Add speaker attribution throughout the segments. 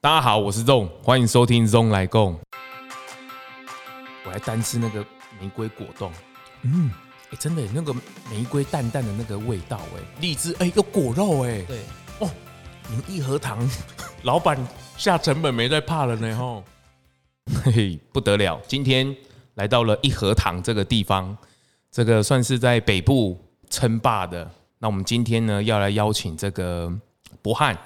Speaker 1: 大家好，我是 Zong，欢迎收听 Zong 来共。我还单吃那个玫瑰果冻，嗯，哎、真的耶那个玫瑰淡淡的那个味道，哎，荔枝，哎、有果肉，哎，
Speaker 2: 对，
Speaker 1: 哦，你们义和堂老板下成本没在怕了呢，吼，嘿嘿，不得了！今天来到了义和堂这个地方，这个算是在北部称霸的。那我们今天呢，要来邀请这个博翰，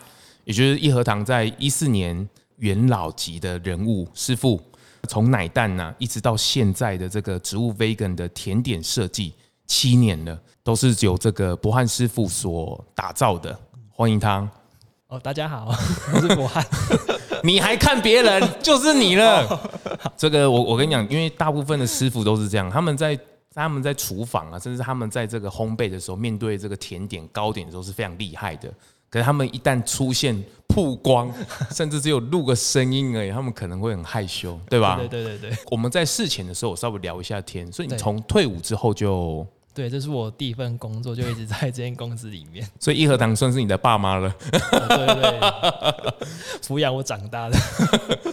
Speaker 1: 也就是义和堂在一四年元老级的人物师傅，从奶蛋呐、一直到现在的这个植物 vegan 的甜点设计，七年了，都是由这个博翰师傅所打造的。欢迎他，
Speaker 2: 哦，大家好， 我是博翰。
Speaker 1: 你还看别人， 就是你
Speaker 2: 哦
Speaker 1: 了。 这个我我跟你讲，因为大部分的师傅都是这样，他们在他们在厨房啊，甚至他们在这个烘焙的时候，面对这个甜点糕点的时候是非常厉害的。可是他们一旦出现曝 光，甚至只有录个声音而已，他们可能会很害羞，对吧？
Speaker 2: 对对对对
Speaker 1: 我们在事前的时候，我稍微聊一下天，所以你
Speaker 2: 对
Speaker 1: 从退伍之后就，
Speaker 2: 对，这是我第一份工作，就一直在这间公司里 面。
Speaker 1: 所以义和堂算是你的爸妈了。
Speaker 2: 哦对对对，抚养我长大的。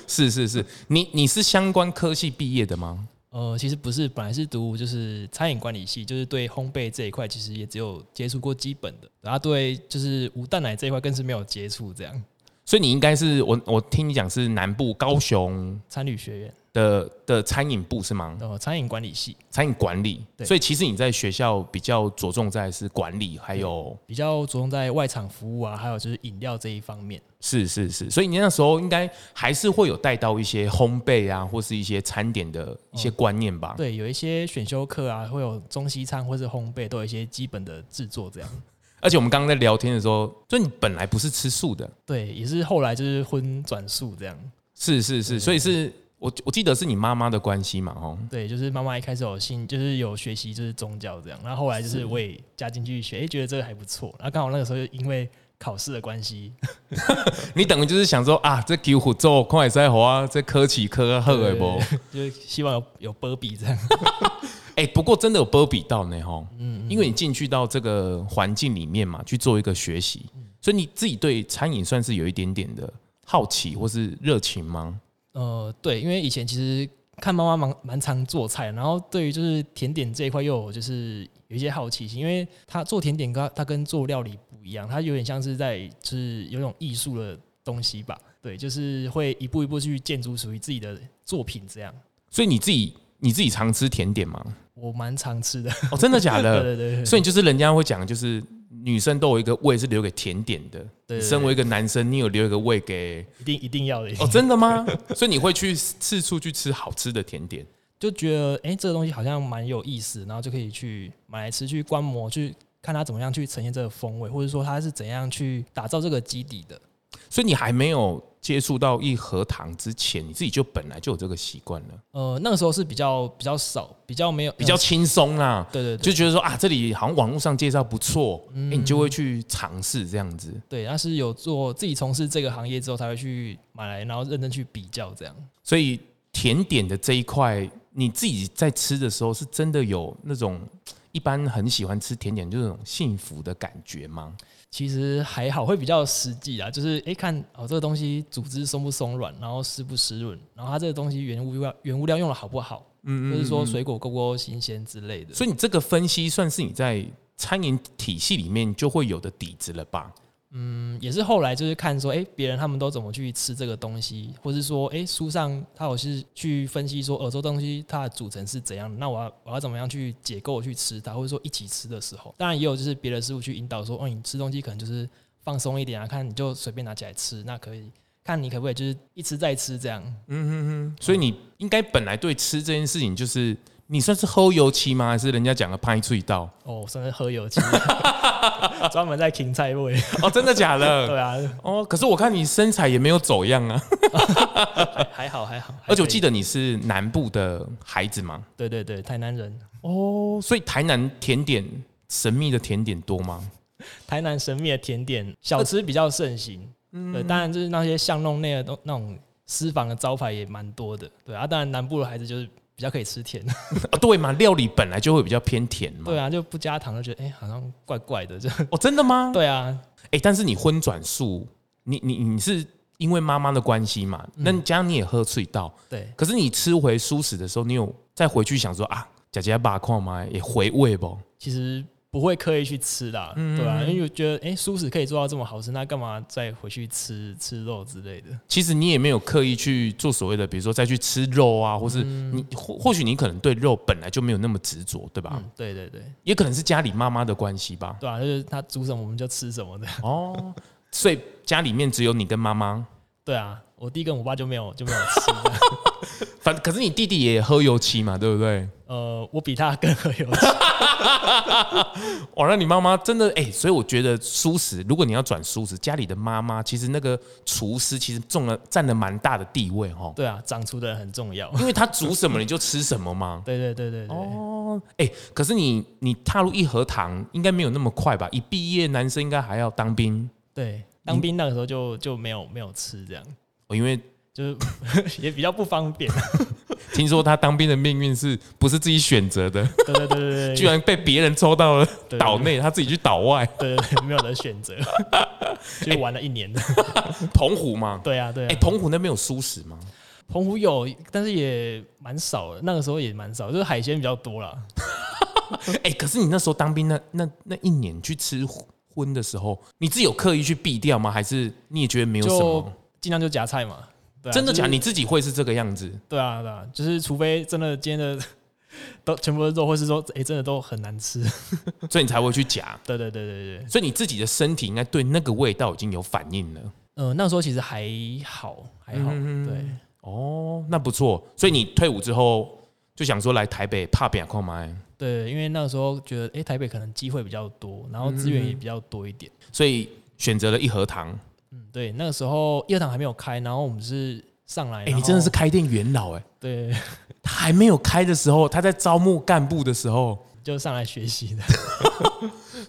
Speaker 1: 是是是，你你是相关科系毕业的吗？
Speaker 2: 呃，其实不是，本来是读就是餐饮管理系，就是对烘焙这一块其实也只有接触过基本的，然后对就是无蛋奶这一块更是没有接触。这样，
Speaker 1: 所以你应该是我我听你讲是南部高雄
Speaker 2: 餐旅学院，
Speaker 1: 的的餐饮部是吗？
Speaker 2: 呃，餐饮管理系
Speaker 1: 餐饮管理，
Speaker 2: 对
Speaker 1: 所以其实你在学校比较着重在是管理，还有
Speaker 2: 比较着重在外场服务啊，还有就是饮料这一方面。
Speaker 1: 是是是，所以你那时候应该还是会有带到一些烘焙啊，或是一些餐点的一些观念吧？
Speaker 2: 对，有一些选修课啊，会有中西餐或是烘焙，都有一些基本的制作这样。
Speaker 1: 而且我们刚刚在聊天的时候，就你本来不是吃素的，
Speaker 2: 对，也是后来就是荤转素这样。
Speaker 1: 是是是，所以是我我记得是你妈妈的关系嘛，哦，
Speaker 2: 对，就是妈妈一开始有信，就是有学习就是宗教这样，然后后来就是我也加进去学，诶，觉得这个还不错。然后刚好那个时候就因为考试的关系，
Speaker 1: 你等于就是想说啊，这给虎做快赛活啊，这科起科赫尔不？
Speaker 2: 就是希望有有波比这样。
Speaker 1: 哎、不过真的有波比到呢，吼，
Speaker 2: 嗯
Speaker 1: 因为你进去到这个环境里面嘛，去做一个学习，
Speaker 2: 嗯
Speaker 1: 所以你自己对餐饮算是有一点点的好奇或是热情吗？
Speaker 2: 呃，对，因为以前其实看妈妈蛮蛮常做菜，然后对于就是甜点这一块又有就是有一些好奇心，因为她做甜点跟她她跟做料理不一样，她有点像是在就是有一种艺术的东西吧，对，就是会一步一步去建筑属于自己的作品这样。
Speaker 1: 所以你自己你自己常吃甜点吗？
Speaker 2: 我蛮常吃的，
Speaker 1: 哦，真的假
Speaker 2: 对
Speaker 1: 的？
Speaker 2: 对对对，
Speaker 1: 所以就是人家会讲，就是女生都有一个胃是留给甜点的。
Speaker 2: 对对
Speaker 1: 你身为一个男生，你有留一个胃给
Speaker 2: 一定一定要的，
Speaker 1: 哦，真的吗？ 所以你会去四处去吃好吃的甜点。
Speaker 2: 就觉得哎、诶这个东西好像蛮有意思，然后就可以去买来吃，去观摩，去看它怎么样去呈现这个风味，或者说它是怎样去打造这个基底的。
Speaker 1: 所以你还没有接触到一盒糖之前，你自己就本来就有这个习惯了，
Speaker 2: 呃，那个时候是比较比较少，比较没有
Speaker 1: 比较
Speaker 2: 呃
Speaker 1: 轻松啦。
Speaker 2: 对对嗯
Speaker 1: 就
Speaker 2: 对，
Speaker 1: 觉得说啊，这里好像网络上介绍不错，哎、你就会去尝试这样子。
Speaker 2: 对，但是有做自己从事这个行业之后才会去买来，然后认真去比较这样。
Speaker 1: 所以甜点的这一块，你自己在吃的时候，是真的有那种一般很喜欢吃甜点就那种幸福的感觉吗？
Speaker 2: 其实还好，会比较实际啊，就是哎、诶看哦这个东西组织松不松软，然后湿不湿润，然后它这个东西原物料原物料用的好不好，嗯或者说水果够不够新鲜之类的。
Speaker 1: 所以你这个分析算是你在餐饮体系里面就会有的底子了吧？
Speaker 2: 嗯，也是后来就是看说，哎、别人他们都怎么去吃这个东西，或是说，哎、书上他有是去分析说，呃，这东西它的组成是怎样的，那我要我要怎么样去解构去吃它，或者说一起吃的时候，当然也有就是别的师傅去引导说，哦，你吃东西可能就是放松一点啊，看你就随便拿起来吃，那可以看你可不可以就是一吃再吃这样。嗯
Speaker 1: 所以你应该本来对吃这件事情就是。你算是齁油漆吗？还是人家讲的拍脆到？
Speaker 2: 哦，甚至喝油漆， 专门在芹 菜味，
Speaker 1: 哦，真的假的？
Speaker 2: 对啊，
Speaker 1: 哦，可是我看你身材也没有走样啊。
Speaker 2: 还还好还好，
Speaker 1: 呃而且我记
Speaker 2: 得，
Speaker 1: 得你是南部的孩子嘛，
Speaker 2: 对对对，台南人，
Speaker 1: 哦，所以台南甜点神秘的甜点多吗？
Speaker 2: 台南神秘的甜点小吃比较盛行，对，当然就是那些巷弄内的都那种私房的招牌也蛮多的，对啊，当然南部的孩子就是比较可以吃甜，
Speaker 1: 啊，对嘛，料理本来就会比较偏甜嘛。
Speaker 2: 对啊，就不加糖就觉得哎、好像 怪怪的，就
Speaker 1: 哦，真的吗？
Speaker 2: 对啊，
Speaker 1: 哎、但是你荤转素，你你你是因为妈妈的关系嘛，
Speaker 2: 嗯
Speaker 1: 那加上你也喝醉到，
Speaker 2: 对，
Speaker 1: 可是你吃回素食的时候，你有再回去想说啊，姐姐把控嘛，也回味不？
Speaker 2: 其实不会刻意去吃啦，对吧、因为我觉得哎、诶素食可以做到这么好吃，那干嘛再回去吃吃肉之类的？
Speaker 1: 其实你也没有刻意去做所谓的，比如说再去吃肉啊，或是你或或许你可能对肉本来就没有那么执着，对吧？
Speaker 2: 嗯，对对对，
Speaker 1: 也可能是家里妈妈的关系吧。
Speaker 2: 对啊，就是他煮什么我们就吃什么的。
Speaker 1: 哦，所以家里面只有你跟妈妈，
Speaker 2: 对啊，我弟跟我爸就没有就没有吃。
Speaker 1: 反可是你弟弟也喝油漆嘛，对不对？
Speaker 2: 呃，我比他更有钱。
Speaker 1: 哇，哦那你妈妈真的哎、所以我觉得素食，如果你要转素食，家里的妈妈其实那个厨师其实重了占了蛮大的地位哦，
Speaker 2: 对啊，长出的人很重要。
Speaker 1: 因为他煮什么你就吃什么嘛。
Speaker 2: 对对对对对，
Speaker 1: 哦，哎、可是你你踏入一和堂应该没有那么快吧？一毕业，男生应该还要当兵，
Speaker 2: 对，当兵那个时候就就没有没有吃这样，
Speaker 1: 哦、因为
Speaker 2: 就是 也比较不方便。
Speaker 1: 听说他当兵的命运是不是自己选择的，
Speaker 2: 对对对对对，
Speaker 1: 居然被别人抽到了
Speaker 2: 对
Speaker 1: 岛内，他自己去岛 外，
Speaker 2: 对对对，没有人选 择，就玩了一年。
Speaker 1: 澎湖嘛。
Speaker 2: 对啊对
Speaker 1: 哎、
Speaker 2: 啊，
Speaker 1: 澎湖那边有素食吗？
Speaker 2: 澎湖有，但是也蛮少的，那个时候也蛮少，就是海鲜比较多啦。
Speaker 1: 哎、可是你那时候当兵那那那一年去吃荤的时候，你自己有刻意去避掉吗？还是你也觉得没有什
Speaker 2: 就
Speaker 1: 么？
Speaker 2: 尽量就夹菜嘛。对啊
Speaker 1: 真的假的？
Speaker 2: 就是
Speaker 1: 你自己会是这个样子？
Speaker 2: 对啊对啊，就是除非真的今天的都全部都是肉，或是说哎、真的都很难吃。
Speaker 1: 所以你才会去夹。
Speaker 2: 对对对对对，
Speaker 1: 所以你自己的身体应该对那个味道已经有反应了。
Speaker 2: 呃，那时候其实还好还好，对。
Speaker 1: 哦，那不错。所以你退伍之后就想说来台北怕扁空吗？
Speaker 2: 对，因为那时候觉得，哎、台北可能机会比较多，然后资源
Speaker 1: 嗯
Speaker 2: 也比较多一点。
Speaker 1: 所以选择了一和堂。
Speaker 2: 嗯，对，那个时候一二堂还没有开，然后我们是上来，
Speaker 1: 哎、
Speaker 2: 然
Speaker 1: 你真的
Speaker 2: 后
Speaker 1: 是开店元老哎、
Speaker 2: 对，
Speaker 1: 他还没有开的时候，他在招募干部的时候，
Speaker 2: 就上来学习的。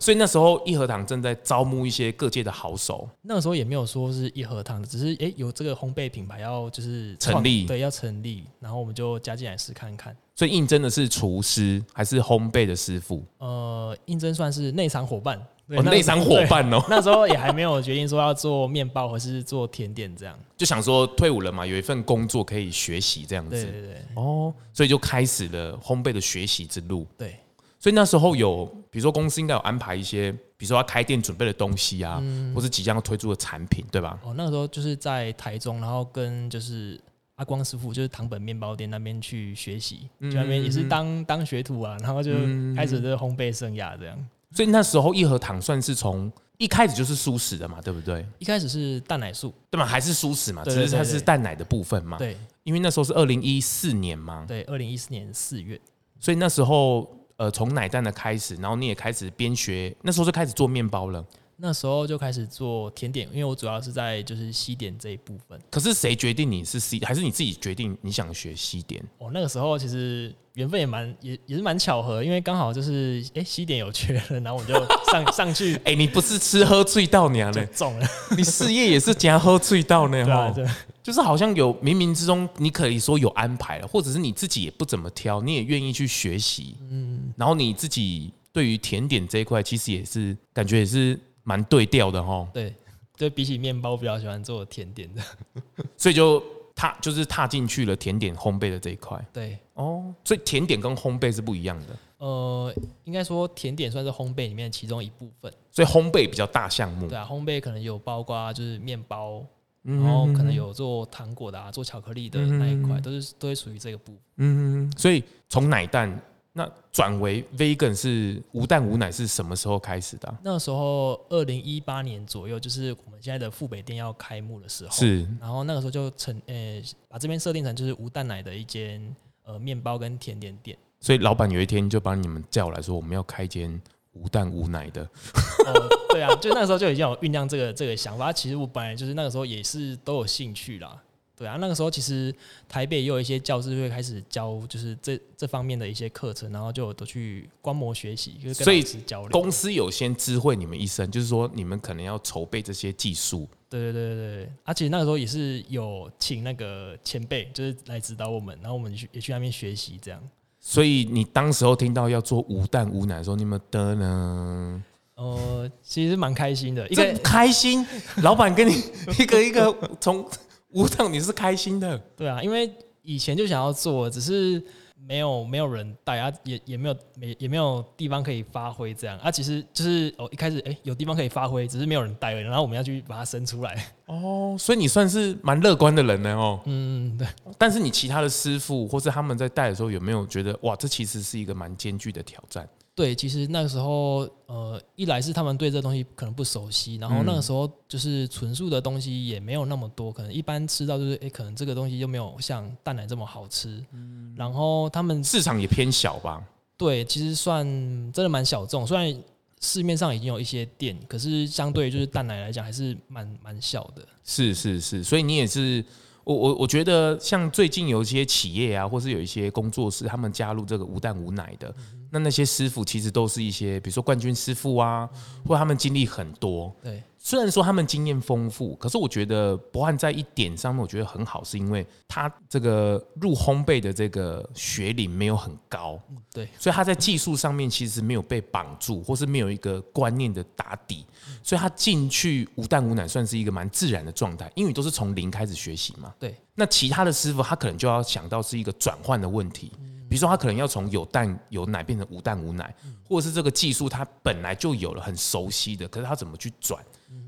Speaker 1: 所以那时候义和堂正在招募一些各界的好手。
Speaker 2: 那个时候也没有说是一盒汤的，只是哎、诶有这个烘焙品牌要就是
Speaker 1: 成
Speaker 2: 创
Speaker 1: 立
Speaker 2: 对，要成立，然后我们就加进来试看看。
Speaker 1: 所以应征的是厨师还是烘焙的师傅？
Speaker 2: 呃，应征算是内场伙伴，对
Speaker 1: 哦，
Speaker 2: 那
Speaker 1: 内场伙。伴哦，
Speaker 2: 对那时候也还没有决定说要做面包还是做甜点这样。
Speaker 1: 就想说退伍了嘛，有一份工作可以学习这样
Speaker 2: 对
Speaker 1: 子
Speaker 2: 对对
Speaker 1: 哦，所以就开始了烘焙的学习之路。
Speaker 2: 对，
Speaker 1: 所以那时候有，比如说公司应该有安排一些，比如说要开店准备的东西啊，
Speaker 2: 嗯
Speaker 1: 或是即将要推出的产品，对吧？
Speaker 2: 哦，那个时候就是在台中，然后跟就是阿光师傅，就是糖本面包店那边去学习，就那边也是当当学徒啊，然后就开始这烘焙生涯这样。
Speaker 1: 所以那时候义和堂算是从一开始就是素食的嘛，对不对？
Speaker 2: 一开始是蛋奶素，
Speaker 1: 对嘛，还是素食嘛，
Speaker 2: 对
Speaker 1: 只
Speaker 2: 对
Speaker 1: 是它
Speaker 2: 对对
Speaker 1: 是蛋奶的部分嘛。
Speaker 2: 对
Speaker 1: 因为那时候是二零一四年嘛，
Speaker 2: 对，二零一四年四月，
Speaker 1: 所以那时候呃，从奶蛋的开始，然后你也开始边学，那时候就开始做面包了。
Speaker 2: 那时候就开始做甜点，因为我主要是在就是西点这一部分。
Speaker 1: 可是谁决定你是 C，还是你自己决定你想学西点？
Speaker 2: 哦，那个时候其实缘分也蛮也也是蛮巧合，因为刚好就是哎、诶西点有缺人，然后我就上 上去
Speaker 1: 哎、你不是吃喝醉到娘
Speaker 2: 就
Speaker 1: 嘞，
Speaker 2: 中了，
Speaker 1: 你事业也是加喝醉到呢
Speaker 2: 对啊？
Speaker 1: 哈
Speaker 2: 对，
Speaker 1: 就是好像有冥冥之中你可以说有安排了，或者是你自己也不怎么挑，你也愿意去学习，嗯，然后你自己对于甜点这一块其实也是感觉也是蛮对调的哈，
Speaker 2: 对，就比起面包，我比较喜欢做甜点的。
Speaker 1: 所以就踏就是踏进去了甜点烘焙的这一块。
Speaker 2: 对，
Speaker 1: 哦，所以甜点跟烘焙是不一样的，
Speaker 2: 呃，应该说甜点算是烘焙里面其中一部分，
Speaker 1: 所以烘焙比较大项目
Speaker 2: 对。啊，烘焙可能有包括就是面包，然
Speaker 1: 嗯
Speaker 2: 后可能有做糖果的啊，做巧克力的那一块，都是都会属于这个部分。
Speaker 1: 嗯，所以从奶蛋那转为 vegan 是无蛋无奶是什么时候开始的啊、
Speaker 2: 那时候二零一八年左右，就是我们现在的富北店要开幕的时候，
Speaker 1: 是
Speaker 2: 然后那个时候就成呃把这边设定成就是无蛋奶的一间呃面包跟甜点店。
Speaker 1: 所以老板有一天就把你们叫来说，我们要开一间无蛋无奶的。
Speaker 2: 哦，对啊，就那个时候就已经有酝酿这个这个想法。啊其实我本来就是那个时候也是都有兴趣啦，对啊，那个时候其实台北也有一些教师会开始教，就是这这方面的一些课程，然后就有都去观摩学习，就是
Speaker 1: 所
Speaker 2: 跟
Speaker 1: 以
Speaker 2: 老师交流。
Speaker 1: 公司有先知会你们一声，就是说你们可能要筹备这些技术。
Speaker 2: 对对对对对，而且那个时候也是有请那个前辈，就是来指导我们，然后我们去也去那边学习这样。
Speaker 1: 所以你当时候听到要做无蛋无奶的时候，你们的呢？
Speaker 2: 呃，其实蛮开心的，一
Speaker 1: 一
Speaker 2: 个
Speaker 1: 个开心，老板跟你 一个一个从舞蹈，你是开心的，
Speaker 2: 对啊，因为以前就想要做，只是没有没有人带啊，也也没有没也没有地方可以发挥这样啊。其实就是哦，一开始哎、诶有地方可以发挥，只是没有人带而已，然后我们要去把它生出来。
Speaker 1: 哦，所以你算是蛮乐观的人呢哦。
Speaker 2: 嗯，对，
Speaker 1: 但是你其他的师傅或是他们在带的时候，有没有觉得哇，这其实是一个蛮艰巨的挑战？
Speaker 2: 对，其实那个时候呃，一来是他们对这东西可能不熟悉，然后那个时候就是纯素的东西也没有那么多，可能一般吃到就是哎、诶可能这个东西就没有像蛋奶这么好吃。然后他们
Speaker 1: 市场也偏小吧？
Speaker 2: 对，其实算真的蛮小众，虽然市面上已经有一些店，可是相对就是蛋奶来讲还是蛮蛮小的。
Speaker 1: 是是是，所以你也是，我我我觉得像最近有一些企业啊，或是有一些工作室，他们加入这个无蛋无奶的，那那些师傅其实都是一些，比如说冠军师傅啊，或他们经历很多，
Speaker 2: 对，
Speaker 1: 虽然说他们经验丰富，可是我觉得博翰在一点上面，我觉得很好，是因为他这个入烘焙的这个学历没有很高，
Speaker 2: 对，
Speaker 1: 所以他在技术上面其实没有被绑住，或是没有一个观念的打底，所以他进去无蛋无奶算是一个蛮自然的状态，因为都是从零开始学习嘛。
Speaker 2: 对，
Speaker 1: 那其他的师傅他可能就要想到是一个转换的问题，比如说他可能要从有蛋有奶变成无蛋无奶，或者是这个技术他本来就有了很熟悉的，可是他怎么去转？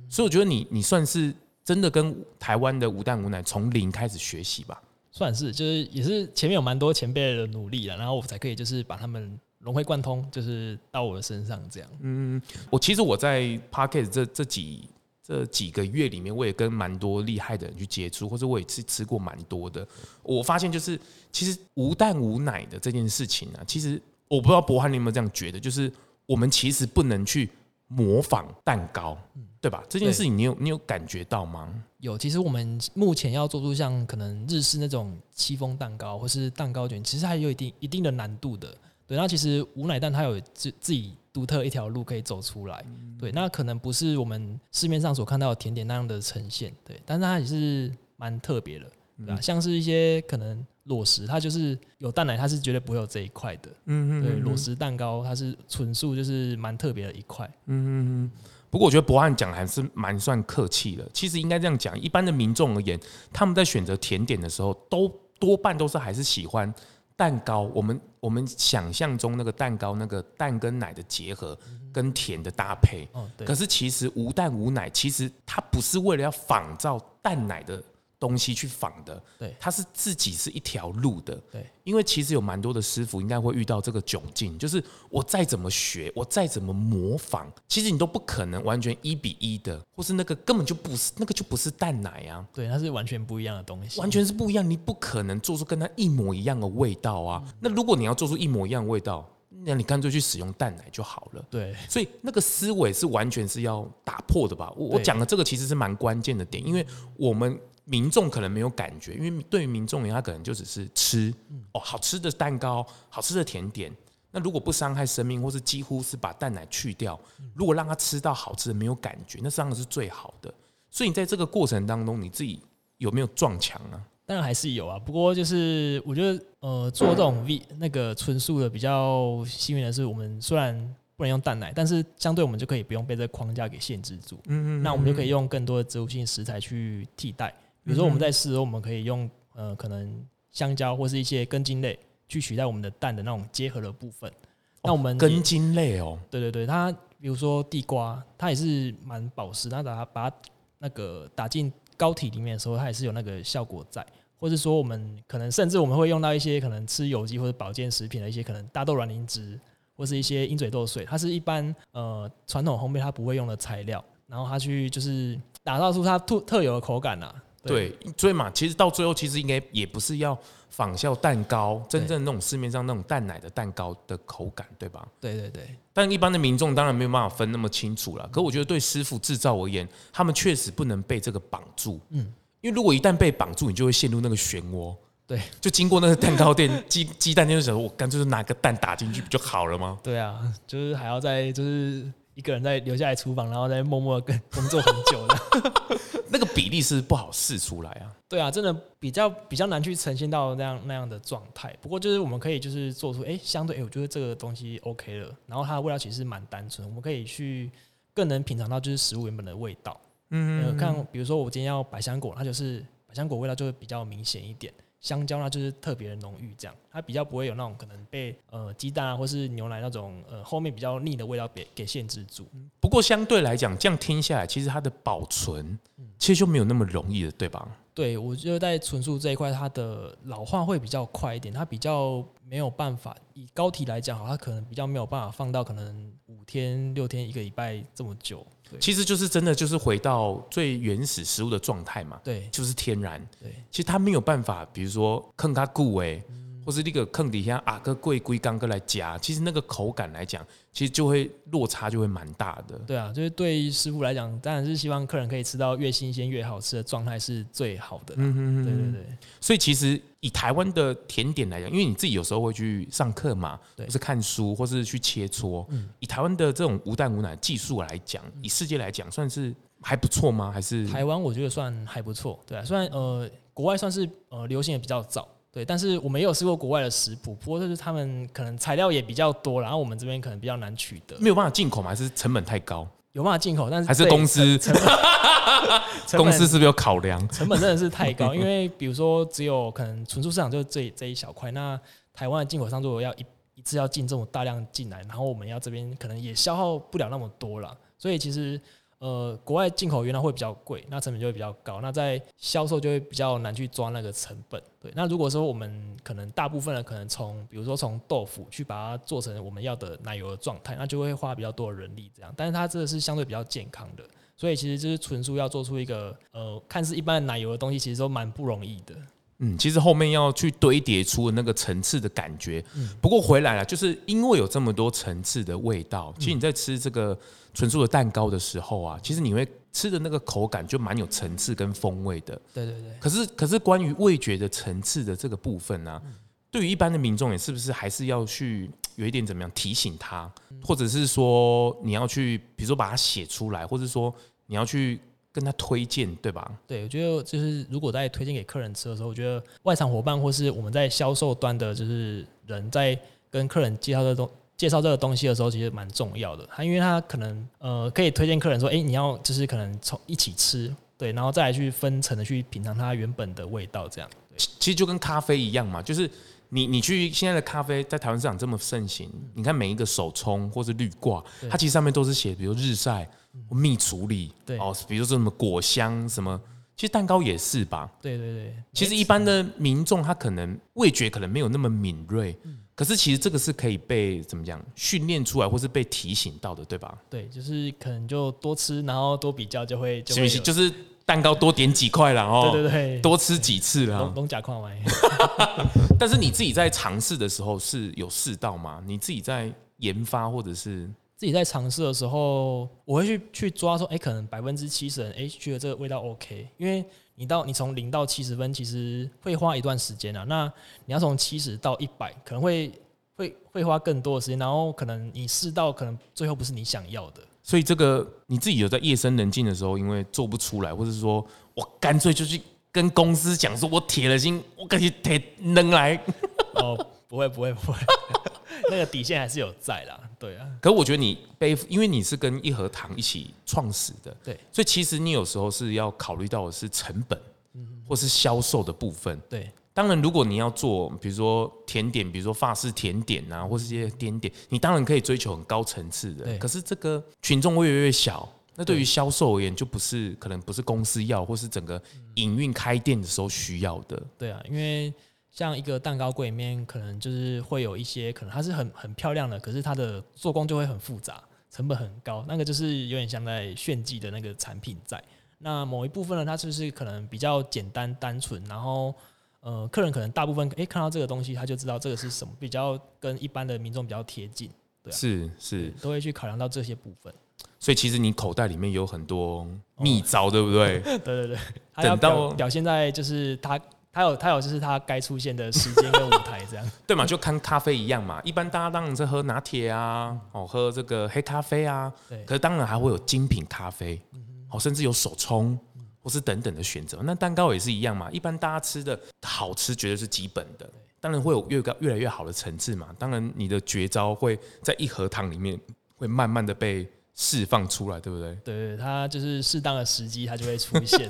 Speaker 1: 所以我觉得你你算是真的跟台湾的无蛋无奶从零开始学习吧。
Speaker 2: 算是就是也是前面有蛮多前辈的努力了，然后我才可以就是把他们融会贯通，就是到我的身上这样。
Speaker 1: 我其实我在 Pocket 这这几这几个月里面，我也跟蛮多厉害的人去接触，或者我也吃吃过蛮多的。我发现就是，其实无蛋无奶的这件事情啊，其实我不知道博翰你有没有这样觉得，就是我们其实不能去模仿蛋糕，对吧？这件事情你有你有感觉到吗？
Speaker 2: 有，其实我们目前要做出像可能日式那种戚风蛋糕或是蛋糕卷，其实还有一定一定的难度的。对，那其实无奶蛋它有自自己独特一条路可以走出来。
Speaker 1: 嗯
Speaker 2: 对，那可能不是我们市面上所看到的甜点那样的呈现。对，但是它也是蛮特别的，对吧、啊
Speaker 1: 嗯
Speaker 2: 像是一些可能裸食，它就是有蛋奶，它是绝对不会有这一块的。
Speaker 1: 嗯
Speaker 2: 对，裸食蛋糕它是纯素，就是蛮特别的一块。
Speaker 1: 嗯，不过我觉得博翰讲还是蛮算客气的。其实应该这样讲，一般的民众而言，他们在选择甜点的时候，都多半都是还是喜欢蛋糕。我们我们想象中那个蛋糕，那个蛋跟奶的结合，跟甜的搭配。
Speaker 2: 哦，对
Speaker 1: 可，是其实无蛋无奶，其实它不是为了要仿照蛋奶的东西去仿的，
Speaker 2: 对
Speaker 1: 它是自己是一条路的。
Speaker 2: 对，
Speaker 1: 因为其实有蛮多的师傅应该会遇到这个窘境，就是我再怎么学，我再怎么模仿，其实你都不可能完全一比一的，或是那个根本就不是那个就不是蛋奶啊，
Speaker 2: 对，它是完全不一样的东西。
Speaker 1: 完全是不一样，你不可能做出跟它一模一样的味道啊。
Speaker 2: 嗯
Speaker 1: 那如果你要做出一模一样的味道，那你干脆去使用蛋奶就好了。
Speaker 2: 对。
Speaker 1: 所以那个思维是完全是要打破的吧？我我
Speaker 2: 对
Speaker 1: 讲的这个其实是蛮关键的点，因为我们民众可能没有感觉，因为对于民众而言，他可能就只是吃哦好吃的蛋糕、好吃的甜点。那如果不伤害生命，或是几乎是把蛋奶去掉，如果让他吃到好吃的没有感觉，那当然是最好的。所以你在这个过程当中，你自己有没有撞墙啊？
Speaker 2: 当然还是有啊，不过就是我觉得，呃，做这 种 V 那个纯素的比较幸运的是，我们虽然不能用蛋奶，但是相对我们就可以不用被这框架给限制住。
Speaker 1: 嗯
Speaker 2: 那我们就可以用更多的植物性食材去替代。比如说我们在试的时候，我们可以用呃可能香蕉或是一些根茎类去取代我们的蛋的那种结合的部分。那我们
Speaker 1: 根茎类哦，
Speaker 2: 对对对，它比如说地瓜，它也是蛮保湿，它把它把它那个打进膏体里面的时候，它也是有那个效果在。或是说，我们可能甚至我们会用到一些可能吃有机或者保健食品的一些可能大豆卵磷脂，或是一些鹰嘴豆水，它是一般呃传统烘焙它不会用的材料，然后它去就是打造出它特特有的口感啦、啊。
Speaker 1: 对，所以嘛，其实到最后，其实应该也不是要仿效蛋糕，真正那种市面上那种蛋奶的蛋糕的口感，对吧？
Speaker 2: 对对对
Speaker 1: 但一般的民众当然没有办法分那么清楚了。可我觉得对师傅制造而言，他们确实不能被这个绑住，嗯，因为如果一旦被绑住，你就会陷入那个漩涡。
Speaker 2: 对
Speaker 1: 就经过那个蛋糕店、鸡鸡蛋店的时候，我干脆就拿个蛋打进去不就好了吗？
Speaker 2: 对啊，就是还要在就是一个人在留下来厨房，然后再默默地跟工作很久的。
Speaker 1: 那个比例是不好试出来啊。
Speaker 2: 对啊，真的比较比较难去呈现到那样那样的状态。不过就是我们可以就是做出，哎、相对哎、诶我觉得这个东西 OK 了，然后它的味道其实蛮单纯，我们可以去更能品尝到就是食物原本的味道。嗯、看比如说我今天要百香果，它就是百香果味道就会比较明显一点。香蕉它就是特别的浓郁，这样它比较不会有那种可能被呃鸡蛋啊或是牛奶那种呃后面比较腻的味道给给限制住。
Speaker 1: 不过相对来讲，这样听下来，其实它的保存其实就没有那么容易了，对吧？
Speaker 2: 对，我觉得在纯素这一块，它的老化会比较快一点，它比较没有办法以膏体来讲，好，啊它可能比较没有办法放到可能五天、六天、一个礼拜这么久。对
Speaker 1: 其实就是真的就是回到最原始食物的状态嘛，
Speaker 2: 对
Speaker 1: 就是天然。
Speaker 2: 对，嗯
Speaker 1: 其实它没有办法，比如说坑它固哎，或是那个坑底下啊个贵龟缸哥来夹，其实那个口感来讲，其实就会落差就会蛮大的。
Speaker 2: 对啊，就是对师傅来讲，当然是希望客人可以吃到越新鲜越好吃的状态是最好的。嗯嗯对对对，
Speaker 1: 所以其实以台湾的甜点来讲，因为你自己有时候会去上课嘛，
Speaker 2: 对嗯
Speaker 1: 或是看书，或是去切磋。以台湾的这种无蛋无奶技术来讲，以世界来讲，算是还不错吗？还是
Speaker 2: 台湾我觉得算还不错，对啊，虽然呃国外算是呃流行的比较早，对，但是我们也有吃过国外的食谱，不过就是他们可能材料也比较多，然后我们这边可能比较难取得，
Speaker 1: 没有办法进口吗？还是成本太高？
Speaker 2: 有办法进口，但是
Speaker 1: 还是
Speaker 2: 这也
Speaker 1: 公司
Speaker 2: 成 本成
Speaker 1: 公
Speaker 2: 本
Speaker 1: 司是不是有考量？
Speaker 2: 成本真的是太高，因为比如说只有可能纯素市场就这这一小块，那台湾的进口商如果要一一次要进这么大量进来，然后我们要这边可能也消耗不了那么多啦，所以其实呃国外进口原料会比较贵，那成本就会比较高，那在销售就会比较难去抓那个成本。对，那如果说我们可能大部分的可能从比如说从豆腐去把它做成我们要的奶油的状态，那就会花比较多的人力这样，但是它这个是相对比较健康的。所以其实就是纯素要做出一个呃，看似一般的奶油的东西，其实都蛮不容易的。
Speaker 1: 嗯，其实后面要去堆叠出那个层次的感觉。不过回来了，就是因为有这么多层次的味道，其实你在吃这个纯素的蛋糕的时候啊，其实你会吃的那个口感就蛮有层次跟风味的。
Speaker 2: 对对对，
Speaker 1: 可是，可是关于味觉的层次的这个部分呢、对于一般的民众，也是不是还是要去有一点怎么样提醒他，或者是说你要去，比如说把它写出来，或者说你要去跟他推荐，对吧？
Speaker 2: 对我觉得就是如果在推荐给客人吃的时候，我觉得外场伙伴或是我们在销售端的，就是人在跟客人介绍这东介绍这个东西的时候，其实蛮重要的。他因为他可能呃可以推荐客人说，哎，你要就是可能从一起吃，对，然后再来去分层的去品尝它原本的味道，这样。
Speaker 1: 其其实就跟咖啡一样嘛，就是你你去现在的咖啡在台湾市场这么盛行，你看每一个手冲或是滤挂，
Speaker 2: 对嗯
Speaker 1: 它其实上面都是写，比如日晒、蜜处理，
Speaker 2: 对
Speaker 1: 哦，比如说什么果香什么，其实蛋糕也是吧。
Speaker 2: 对对对，
Speaker 1: 其实一般的民众他可能味觉可能没有那么敏锐，
Speaker 2: 嗯
Speaker 1: 可是其实这个是可以被怎么讲训练出来，或是被提醒到的，对吧？
Speaker 2: 对，就是可能就多吃，然后多比较就会就会
Speaker 1: 是
Speaker 2: 有
Speaker 1: 不是？就是蛋糕多点几块啦，哦，
Speaker 2: 对对对，
Speaker 1: 多啊吃几次啦哦
Speaker 2: 龙。龙甲矿买，
Speaker 1: 但是你自己在尝试的时候是有试到吗？你自己在研发或者是
Speaker 2: 自己在尝试的时候，我会去去抓说，哎、可能百分之七十人，哎、觉得这个味道 OK，因为你到你从零到七十分，其实会花一段时间啊。那你要从七十到一百，可能会会会花更多的时间，然后可能你试到，可能最后不是你想要的。
Speaker 1: 所以这个你自己有在夜深人静的时候，因为做不出来，或者说我干脆就去跟公司讲，说我铁了心，我赶紧铁能来。
Speaker 2: 哦，不会不会不会， 那个底线还是有在啦。对啊，
Speaker 1: 可我觉得你背负，因为你是跟一和堂一起创始的，
Speaker 2: 对，
Speaker 1: 所以其实你有时候是要考虑到的是成本，或是销售的部分。
Speaker 2: 对
Speaker 1: 当然，如果你要做，比如说甜点，比如说法式甜点啊，或是一些甜点，你当然可以追求很高层次的。
Speaker 2: 对
Speaker 1: 可是这个群众会越来越小，那对于
Speaker 2: 对
Speaker 1: 销售而言，就不是可能不是公司要，或是整个营运开店的时候需要的。
Speaker 2: 对啊，因为像一个蛋糕柜里面，可能就是会有一些，可能它是很很漂亮的，可是它的做工就会很复杂，成本很高，那个就是有点像在炫技的那个产品在。那某一部分呢，它就是可能比较简单单纯，然后呃，客人可能大部分诶看到这个东西，他就知道这个是什么，比较跟一般的民众比较贴近，对啊
Speaker 1: 是是，
Speaker 2: 都会去考量到这些部分。
Speaker 1: 所以其实你口袋里面有很
Speaker 2: 哦
Speaker 1: 多秘招，对不对？
Speaker 2: 对对对，他要
Speaker 1: 等到
Speaker 2: 表表现在就是他他有他有就是他该出现的时间跟舞台这样。
Speaker 1: 对嘛，就跟咖啡一样嘛，一般大家当然是喝拿铁啊，哦，喝这个黑咖啡啊，
Speaker 2: 嗯对嗯
Speaker 1: 可是当然还会有精品咖啡，哦，甚至有手冲，或是等等的选择。那蛋糕也是一样嘛，一般大家吃的好吃绝对是基本的，当然会有越高越来越好的层次嘛。当然你的绝招会在一盒糖里面会慢慢的被释放出来，对不对？
Speaker 2: 对，它就是适当的时机，它就会出 现。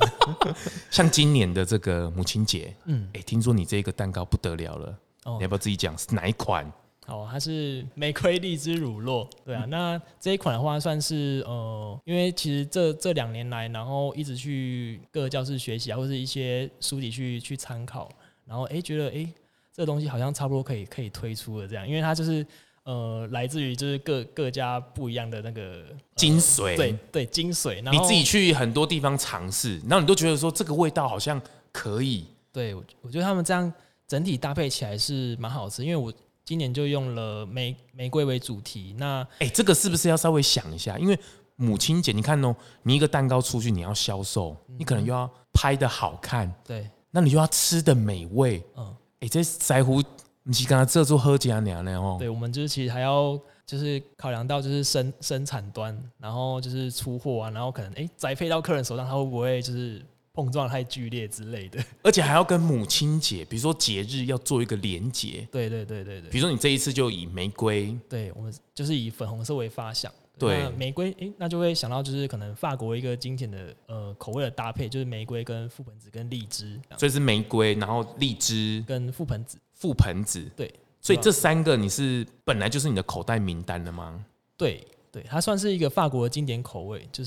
Speaker 1: 像今年的这个母亲节，
Speaker 2: 嗯，
Speaker 1: 哎、听说你这个蛋糕不得了了，
Speaker 2: 哦
Speaker 1: 你要不要自己讲是哪一款？
Speaker 2: 好，哦它是玫瑰荔枝乳酪，对啊。那这一款的话，算是呃，因为其实这这两年来，然后一直去各个教室学习啊，或是一些书籍去去参考，然后诶觉得诶这个东西好像差不多可以可以推出了这样，因为它就是呃，来自于就是各各家不一样的那个
Speaker 1: 精髓，
Speaker 2: 对对精髓，然
Speaker 1: 你
Speaker 2: 后
Speaker 1: 自己去很多地方尝试，然后你都觉得说这个味道好像可以，
Speaker 2: 对我我觉得他们这样整体搭配起来是蛮好吃，因为我今年就用了玫玫瑰为主题，那
Speaker 1: 哎、这个是不是要稍微想一下？因为母亲节，你看哦，你一个蛋糕出去，你要销售，你可能又要拍的好看，
Speaker 2: 对
Speaker 1: 那你就要吃的美味。
Speaker 2: 嗯。
Speaker 1: 哎、这在乎你是刚刚这做喝家娘娘哦，
Speaker 2: 对，我们就是其实还要就是考量到就是生生产端，然后就是出货啊，然后可能哎宅配到客人手上，他会不会就是碰撞太剧烈之类的？
Speaker 1: 而且还要跟母亲节，比如说节日要做一个连结，
Speaker 2: 对对对对嗯
Speaker 1: 比
Speaker 2: 对，
Speaker 1: 如说你这一次就以玫瑰，
Speaker 2: 对我们就是以粉红色为发想。
Speaker 1: 对
Speaker 2: 那玫瑰，哎，那就会想到就是可能法国一个经典的呃口味的搭配，就是玫瑰跟覆盆子跟荔枝这样，
Speaker 1: 所以是玫瑰，然后荔枝、
Speaker 2: 跟覆盆子，
Speaker 1: 覆盆子，
Speaker 2: 对啊
Speaker 1: 所以这三个你是本来就是你的口袋名单了吗？
Speaker 2: 对对，它算是一个法国的经典口味，就
Speaker 1: 嗯哼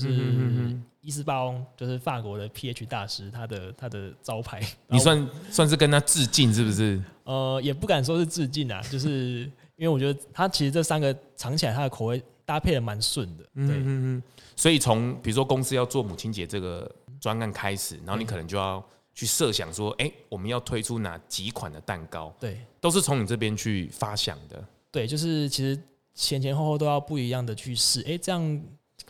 Speaker 2: 是
Speaker 1: 哼
Speaker 2: 伊斯巴翁，就是法国的 PH 大师，他的他的招牌。
Speaker 1: 你算算是跟他致敬是不是？
Speaker 2: 呃，也不敢说是致敬啊， 就是因为我觉得它其实这三个尝起来，它的口味搭配的蛮顺的。对，
Speaker 1: 嗯嗯，所以从比如说公司要做母亲节这个专案开始，然后你可能就要去设想说，哎、我们要推出哪几款的蛋糕，
Speaker 2: 对
Speaker 1: 都是从你这边去发想的。
Speaker 2: 对，就是其实前前后后都要不一样的去试。诶，这样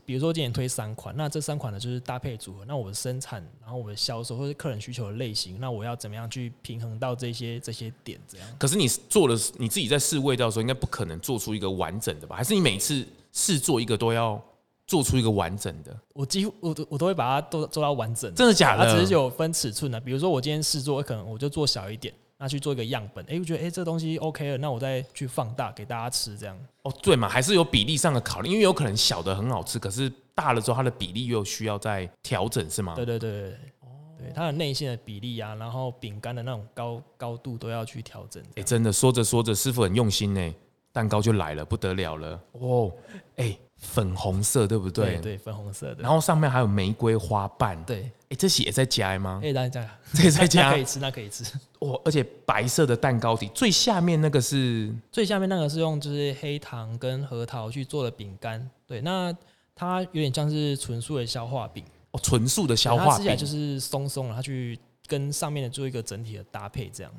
Speaker 2: 比如说今年推三款，那这三款呢就是搭配组合，那我的生产，然后我的销售或者客人需求的类型，那我要怎么样去平衡到这些这些点？这样
Speaker 1: 可是你做了，你自己在试味道的时候，应该不可能做出一个完整的吧？还是你每次试做一个都要做出一个完整的？
Speaker 2: 我几乎我都我都会把它都做到完整。
Speaker 1: 真的假的？
Speaker 2: 啊它只是有分尺寸的、比如说我今天试做，可能我就做小一点，那去做一个样本，哎、我觉得哎、诶这东西 OK 了，那我再去放大给大家吃，这样。
Speaker 1: 哦，对嘛，还是有比例上的考量，因为有可能小的很好吃，可是大了之后它的比例又需要再调整，是吗？
Speaker 2: 对对对对对，
Speaker 1: 哦
Speaker 2: 对它的内馅的比例啊，然后饼干的那种高高度都要去调整。
Speaker 1: 哎、真的说着说着，师傅很用心呢，蛋糕就来了，不得了了哦！哎、粉红色对不对？
Speaker 2: 对对，粉红色的。
Speaker 1: 然后上面还有玫瑰花瓣，哎、
Speaker 2: 对，
Speaker 1: 这些也在加吗？
Speaker 2: 哎，大家
Speaker 1: 这也在
Speaker 2: 那
Speaker 1: 加
Speaker 2: 可以吃，那可以吃。
Speaker 1: 哦，而且白色的蛋糕底，最下面那个是
Speaker 2: 最下面那个是用就是黑糖跟核桃去做的饼干，对，那它有点像是纯素的消化饼。
Speaker 1: 哦纯素的消化
Speaker 2: 它吃起来
Speaker 1: 饼，
Speaker 2: 就
Speaker 1: 就是、
Speaker 2: 是松松的，它去跟上面的做一个整体的搭配，这样。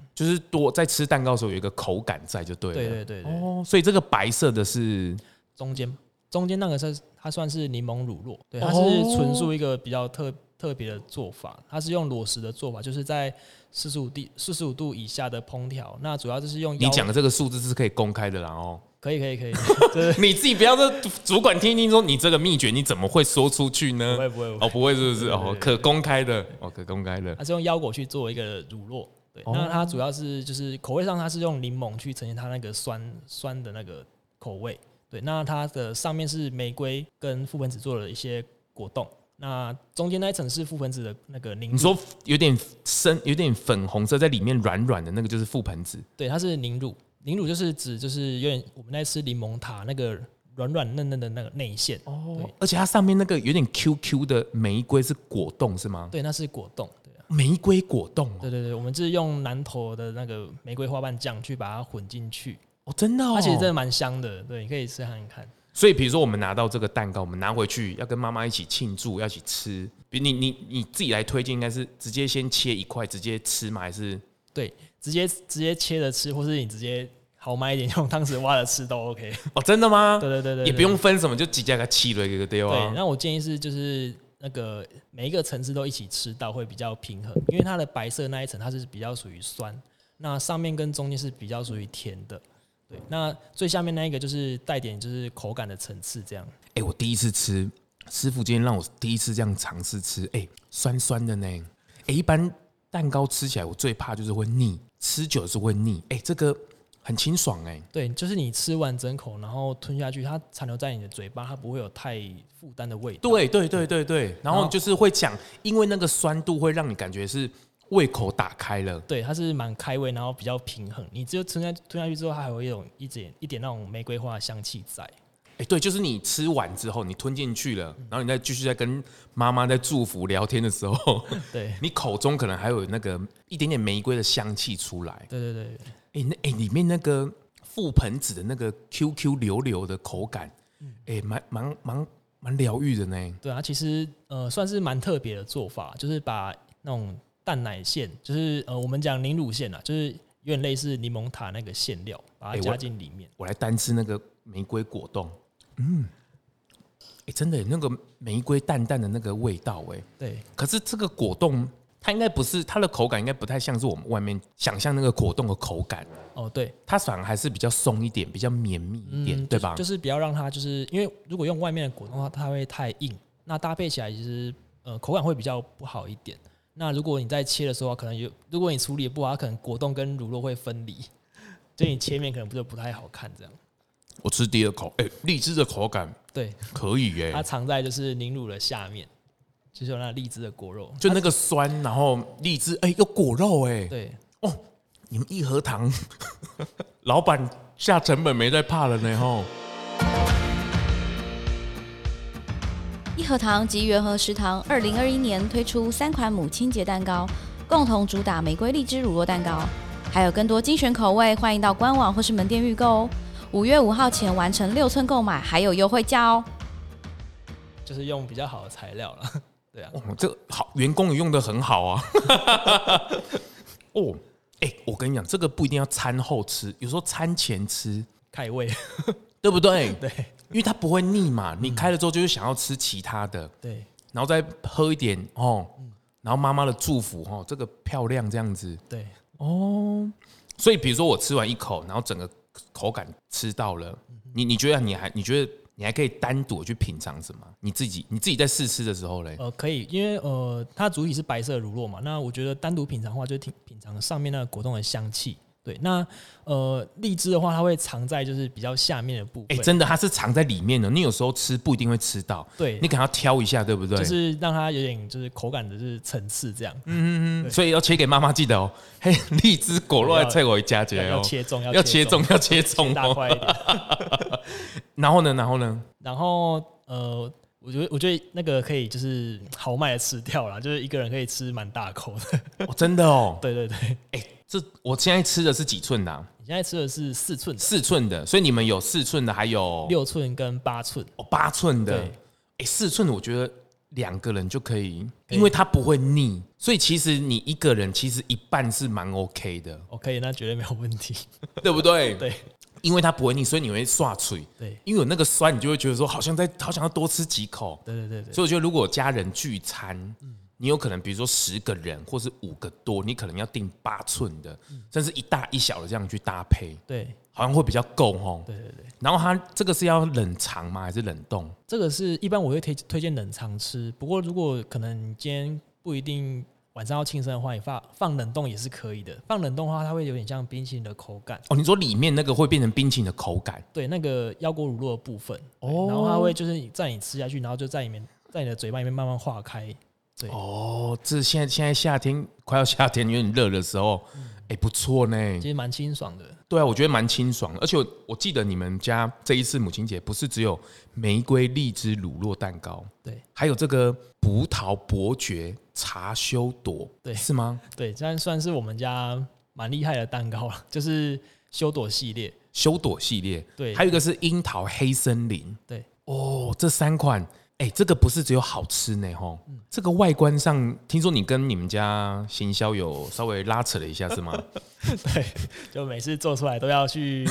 Speaker 1: 多在吃蛋糕的时候有一个口感在就对了。
Speaker 2: 对对对对，
Speaker 1: 哦，所以这个白色的是
Speaker 2: 中间中间那个是它算是柠檬乳酪，对，
Speaker 1: 哦
Speaker 2: 它是纯属一个比较特特别的做法，它是用裸食的做法，就是在四十五度四十五度以下的烹调，那主要就是用
Speaker 1: 你
Speaker 2: 腰
Speaker 1: 讲的这个数字是可以公开的啦哦。
Speaker 2: 可以可 以可以，
Speaker 1: 你自己不要说主管听一听说你这个秘诀你怎么会说出去呢？
Speaker 2: 不会不会不
Speaker 1: 哦，
Speaker 2: 会，
Speaker 1: 不会是不是？
Speaker 2: 对对
Speaker 1: 哦
Speaker 2: 对，
Speaker 1: 可公开的，哦，可公开的。
Speaker 2: 它是用腰果去做一个乳酪。对，
Speaker 1: 哦
Speaker 2: 那它主要是就是口味上，它是用柠檬去呈现它那个酸酸的那个口味。对，那它的上面是玫瑰跟覆盆子做了一些果冻，那中间那一层是覆盆子的那个凝
Speaker 1: 你
Speaker 2: 乳，
Speaker 1: 说有点深，有点粉红色，在里面软软的那个就是覆盆子，
Speaker 2: 对，它是凝乳，凝乳就是指就是有点我们在吃柠檬塔那个软软嫩嫩的那个内馅。哦，
Speaker 1: 而且它上面那个有点 QQ 的玫瑰是果冻是吗？
Speaker 2: 对，那是果冻。对啊，
Speaker 1: 玫瑰果冻哦，
Speaker 2: 对对对，我们是用南投的那个玫瑰花瓣酱去把它混进去，
Speaker 1: 哦真的哦。
Speaker 2: 它其实真的蛮香的。对，你可以吃看看。
Speaker 1: 所以比如说我们拿到这个蛋糕，我们拿回去要跟妈妈一起庆祝，要一起吃。比你你你自己来推荐，应该是直接先切一块直接吃吗？还是
Speaker 2: 对，直接直接切着吃，或是你直接豪迈一点 用汤匙挖着吃都 OK。
Speaker 1: 哦真的吗？
Speaker 2: 对对对对，
Speaker 1: 也不用分什么，就直接给它切了一个对啊
Speaker 2: 对。
Speaker 1: 吧
Speaker 2: 对，？那我建议是就是那个每一个层次都一起吃到会比较平衡，因为它的白色那一层它是比较属于酸，那上面跟中间是比较属于甜的。对，那最下面那一个就是带点就是口感的层次这样。
Speaker 1: 哎、我第一次吃师傅今天让我第一次这样尝试吃，哎、酸酸的呢。哎、一般蛋糕吃起来我最怕就是会腻，吃久了是会腻。哎、这个很清爽哎、
Speaker 2: 对，就是你吃完整口，然后吞下去，它残留在你的嘴巴，它不会有太负担的味道。
Speaker 1: 对对对对对，嗯然后就是会讲，因为那个酸度会让你感觉是胃口打开了。
Speaker 2: 对，它是蛮开胃，然后比较平衡。你只有吞下吞下去之后，它还有一种一点一点那种玫瑰花的香气在。
Speaker 1: 哎、对，就是你吃完之后，你吞进去了，然后你再继续在跟妈妈在祝福聊天的时候，
Speaker 2: 对，
Speaker 1: 你口中可能还有那个一点点玫瑰的香气出来。
Speaker 2: 对对对，
Speaker 1: 哎、那哎、里面那个覆盆子的那个 QQ 流流的口感，
Speaker 2: 嗯
Speaker 1: 哎、蛮蛮蛮蛮疗愈的呢。
Speaker 2: 对啊，其实呃算是蛮特别的做法，就是把那种蛋奶馅，就是呃我们讲凝乳馅啊，就是有点类似柠檬塔那个馅料，把
Speaker 1: 哎
Speaker 2: 它
Speaker 1: 我
Speaker 2: 加进里面。
Speaker 1: 我来单吃那个玫瑰果冻，嗯，哎、真的耶那个玫瑰淡淡的那个味道，哎，
Speaker 2: 对
Speaker 1: 可是这个果冻它应该不是它的口感，应该不太像是我们外面想象那个果冻的口感，
Speaker 2: 哦对，
Speaker 1: 它反而还是比较松一点，比较绵密一点，对吧？
Speaker 2: 嗯就是不要让它就是因为如果用外面的果冻的话，它会太硬，那搭配起来其实呃口感会比较不好一点。那如果你在切的时候啊，可能有如果你处理不好，它可能果冻跟乳酪会分离，所以你切面可能就不太好看这样。
Speaker 1: 我吃第二口，哎、荔枝的口感
Speaker 2: 对，
Speaker 1: 可以耶、
Speaker 2: 它藏在就是凝乳的下面，就是有那荔枝的果肉。
Speaker 1: 就那个酸，然后荔枝，哎、有果肉、哎，
Speaker 2: 啊对，
Speaker 1: 哦，你们义和堂 老板下成本没在怕了呢吼。
Speaker 3: 一和堂及元和食堂二零二一年推出三款母亲节蛋糕，共同主打玫瑰荔枝乳酪蛋糕，还有更多精选口味，欢迎到官网或是门店预购哦。五月五号前完成六寸购买，还有优惠价哦。
Speaker 2: 就是用比较好的材料了。 对啊，
Speaker 1: 哦，这个好，员工也用的很好 啊。哦，哎、我跟你讲，这个不一定要餐后吃，有时候餐前吃，
Speaker 2: 开胃。
Speaker 1: 对不 对？嗯
Speaker 2: 对
Speaker 1: 因为它不会腻嘛，你开了之后就是想要吃其他的，
Speaker 2: 对，
Speaker 1: 然后再喝一点哦，然后妈妈的祝福哦，这个漂亮这样子
Speaker 2: 对，
Speaker 1: 哦。所以比如说我吃完一口，然后整个口感吃到了，你你觉得你还你觉得你还可以单独去品尝什么？你自己你自己在试吃的时候嘞，
Speaker 2: 呃，可以，因为呃，它主体是白色的乳酪嘛，那我觉得单独品尝的话，就品品尝上面那个果冻的香气。对，那呃，荔枝的话，它会藏在就是比较下面的部
Speaker 1: 哎、
Speaker 2: 分，
Speaker 1: 真的它是藏在里面的，你有时候吃不一定会吃到，
Speaker 2: 对
Speaker 1: 你可能要挑一下，对不对？
Speaker 2: 就是让它有点就是口感的就是层次这样，
Speaker 1: 嗯所以要切给妈妈，记得哦。 嘿，荔枝果肉要切我一家姐哦
Speaker 2: 要要，切中，
Speaker 1: 要切
Speaker 2: 切
Speaker 1: 中，，要切中
Speaker 2: 切大
Speaker 1: 哦。
Speaker 2: 块一点。
Speaker 1: 然后呢，然后呢？
Speaker 2: 然后呃，我觉得我觉得那个可以就是豪迈的吃掉啦，就是一个人可以吃蛮大口的。
Speaker 1: 哦，真的哦，
Speaker 2: 对对对，
Speaker 1: 这我现在吃的是几寸的啊、
Speaker 2: 你现在吃的是四寸的、
Speaker 1: 四寸的，所以你们有四寸的，还有
Speaker 2: 六寸跟八寸，
Speaker 1: 哦八寸的
Speaker 2: 对。
Speaker 1: 哎，四寸的我觉得两个人就可以，
Speaker 2: 可以
Speaker 1: 因为它不会腻，所以其实你一个人其实一半是蛮 OK 的，
Speaker 2: 哦，可以，那绝对没有问题。
Speaker 1: 对不对？
Speaker 2: 对
Speaker 1: 因为它不会腻，所以你会刷嘴。
Speaker 2: 对
Speaker 1: 因为有那个酸，你就会觉得说好像在好想要多吃几口。
Speaker 2: 对对对对，
Speaker 1: 所以我觉得，如果家人聚餐，你有可能比如说十个人或是五个多，你可能要订八寸的，
Speaker 2: 嗯
Speaker 1: 甚至一大一小的这样去搭配，
Speaker 2: 对
Speaker 1: 好像会比较够哦。
Speaker 2: 对对对，
Speaker 1: 然后它这个是要冷藏吗？还是冷冻？
Speaker 2: 这个是一般我会推推荐冷藏吃，不过如果可能你今天不一定晚上要庆生的话，你放放冷冻也是可以的。放冷冻的话，它会有点像冰淇淋的口感，
Speaker 1: 哦，你说里面那个会变成冰淇淋的口感，
Speaker 2: 对那个腰果乳酪的部分，对
Speaker 1: 哦
Speaker 2: 然后它会就是在你吃下去，然后就在里面在你的嘴巴里面慢慢化开。对，
Speaker 1: 哦，这现在现在夏天快要夏天有点热的时候，哎，不错呢。
Speaker 2: 嗯其实蛮清爽的。
Speaker 1: 对啊，我觉得蛮清爽的，而且我我记得你们家这一次母亲节不是只有玫瑰荔枝乳酪蛋糕，
Speaker 2: 对
Speaker 1: 还有这个葡萄伯爵茶修朵，
Speaker 2: 对
Speaker 1: 是吗？
Speaker 2: 对，这样算是我们家蛮厉害的蛋糕了， 就是修朵系列。
Speaker 1: 修朵系列，
Speaker 2: 对
Speaker 1: 还有一个是樱桃黑森林，
Speaker 2: 对，
Speaker 1: 哦，这三款，哎，这个不是只有好吃呢，吼，
Speaker 2: 嗯
Speaker 1: 这个外观上，听说你跟你们家行销有稍微拉扯了一下，是吗？
Speaker 2: 对，就每次做出来都要去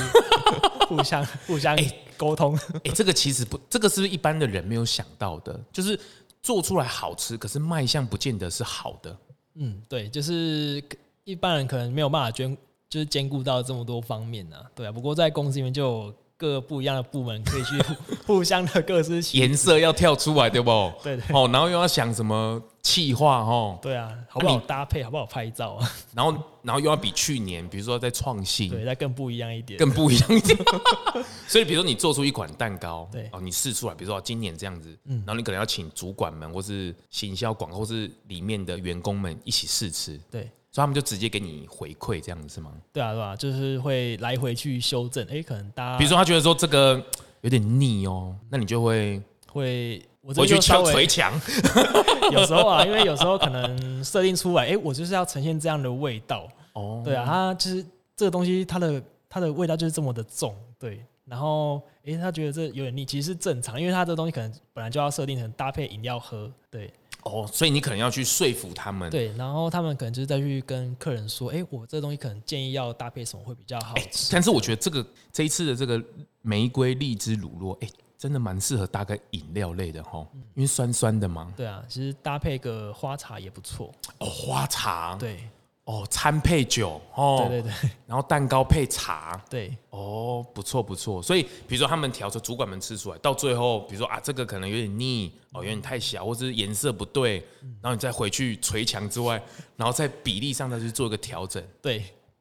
Speaker 2: 互相 互相沟通。
Speaker 1: 哎、这个其实不，这个是不是一般的人没有想到的，就是做出来好吃，可是卖相不见得是好的。
Speaker 2: 嗯，对，就是一般人可能没有办法兼，就是兼顾到这么多方面呢、啊。对啊，不过在公司里面就有各个不一样的部门可以去 互相的各司其
Speaker 1: 颜色要跳出来，对不？
Speaker 2: 对对
Speaker 1: 哦，然后又要想什么气化哦，
Speaker 2: 对啊，好不好
Speaker 1: 你
Speaker 2: 搭配，好不好拍照啊？
Speaker 1: 然后然后又要比去年，比如说在创新
Speaker 2: 对，再更不一样一点。
Speaker 1: 嗯更不一样一点。 所以，比如说你做出一款蛋糕，
Speaker 2: 对嗯
Speaker 1: 哦，你试出来，比如说今年这样子，然后你可能要请主管们或是行销广告或是里面的员工们一起试吃，
Speaker 2: 对
Speaker 1: 所以他们就直接给你回馈，这样子是吗？
Speaker 2: 对啊，对啊，就是会来回去修正。哎，可能大家
Speaker 1: 比如说他觉得说这个有点腻哦，那你就会
Speaker 2: 会，我这
Speaker 1: 回去
Speaker 2: 就稍
Speaker 1: 敲
Speaker 2: 微
Speaker 1: 捶墙，
Speaker 2: 有时候啊，因为有时候可能设定出来，哎、我就是要呈现这样的味道。
Speaker 1: 哦，
Speaker 2: 对啊，它就是这个东西，它的它的味道就是这么的重。对，然后哎、诶他觉得这有点腻，其实是正常，因为它这个东西可能本来就要设定成搭配饮料喝。对
Speaker 1: 哦，所以你可能要去说服他们，
Speaker 2: 对，然后他们可能就是再去跟客人说，哎、我这东西可能建议要搭配什么会比较好吃。
Speaker 1: 但是我觉得这个这一次的这个玫瑰荔枝乳酪，哎、真的蛮适合搭个饮料类的哈，
Speaker 2: 嗯
Speaker 1: 因为酸酸的嘛。
Speaker 2: 对啊，其实搭配个花茶也不错。
Speaker 1: 哦，花茶，，
Speaker 2: 对
Speaker 1: 哦，餐配酒，哦，
Speaker 2: 对对对
Speaker 1: 然后蛋糕配茶，
Speaker 2: 对
Speaker 1: 哦，不错不错。所以比如说他们调着主管们吃出来，到最后，比如说啊，这个可能有点腻，哦，有点太小，或者是颜色不对，然后你再回去捶墙之 外，然后在比例上再去做一个调整，
Speaker 2: 对，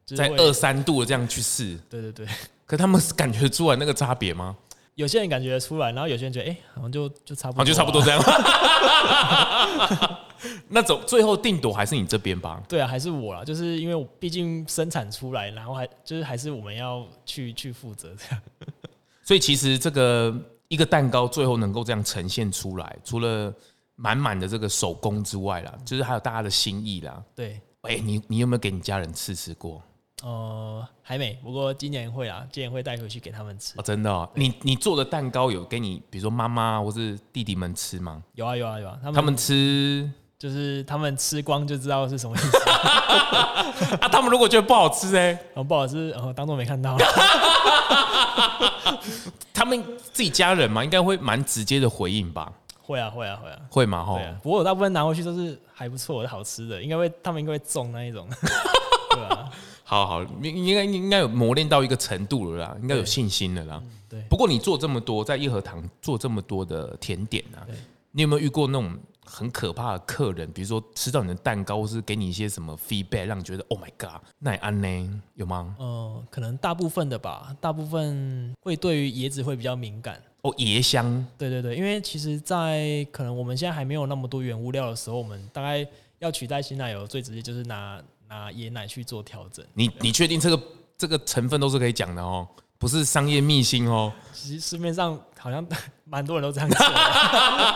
Speaker 2: 就是
Speaker 1: 在
Speaker 2: 会
Speaker 1: 二三度的这样去试。
Speaker 2: 对对对。
Speaker 1: 可他们是感觉出来那个差别吗？
Speaker 2: 有些人感觉得出来，然后有些人觉得，哎、好像就就差不多、
Speaker 1: 哦好，就差不多。这样。 那种最后定夺还是你这边吧。
Speaker 2: 对啊，还是我啦，就是因为我毕竟生产出来，然后还就是还是我们要去去负责这样。
Speaker 1: 所以其实这个一个蛋糕最后能够这样呈现出来，除了满满的这个手工之外啦，就是还有大家的心意啦。
Speaker 2: 对，
Speaker 1: 哎、你你有没有给你家人试吃过？
Speaker 2: 呃，还没，不过今年会啊，今年会带回去给他们吃
Speaker 1: 哦，。真的、哦，你你做的蛋糕有给你，比如说妈妈或是弟弟们吃吗？
Speaker 2: 有啊有啊有啊，他们
Speaker 1: 他们吃
Speaker 2: 就是他们吃光就知道是什么意 思，嗯
Speaker 1: 啊，他们如果觉得不好吃哎、
Speaker 2: 然哦后不好吃，然后当做没看到。
Speaker 1: 他们自己家人嘛，应该会蛮直接的回应吧？
Speaker 2: 会啊会啊会啊。
Speaker 1: 会吗？哈、
Speaker 2: 对啊，不过我大部分拿回去都是还不错的好吃的，应该会他们应该会中那一 种。对啊，
Speaker 1: 好好，你你应该你应该有磨练到一个程度了啦，应该有信心了啦。
Speaker 2: 嗯对
Speaker 1: 不过你做这么多，在义和堂做这么多的甜点啊
Speaker 2: 对，
Speaker 1: 你有没有遇过那种很可怕的客人？比如说吃到你的蛋糕，或是给你一些什么 feedback，让你觉得 Oh my God，那也安呢？有吗？
Speaker 2: 呃，可能大部分的吧，大部分会对于椰子会比较敏感。
Speaker 1: 哦，椰香
Speaker 2: 对对对，因为其实，在可能我们现在还没有那么多原物料的时候，我们大概要取代新奶油，最直接就是拿拿椰奶去做调整。
Speaker 1: 你你确定这个这个成分都是可以讲的哦，不是商业秘辛哦。
Speaker 2: 其实市面上好像 蛮多人都这样做的，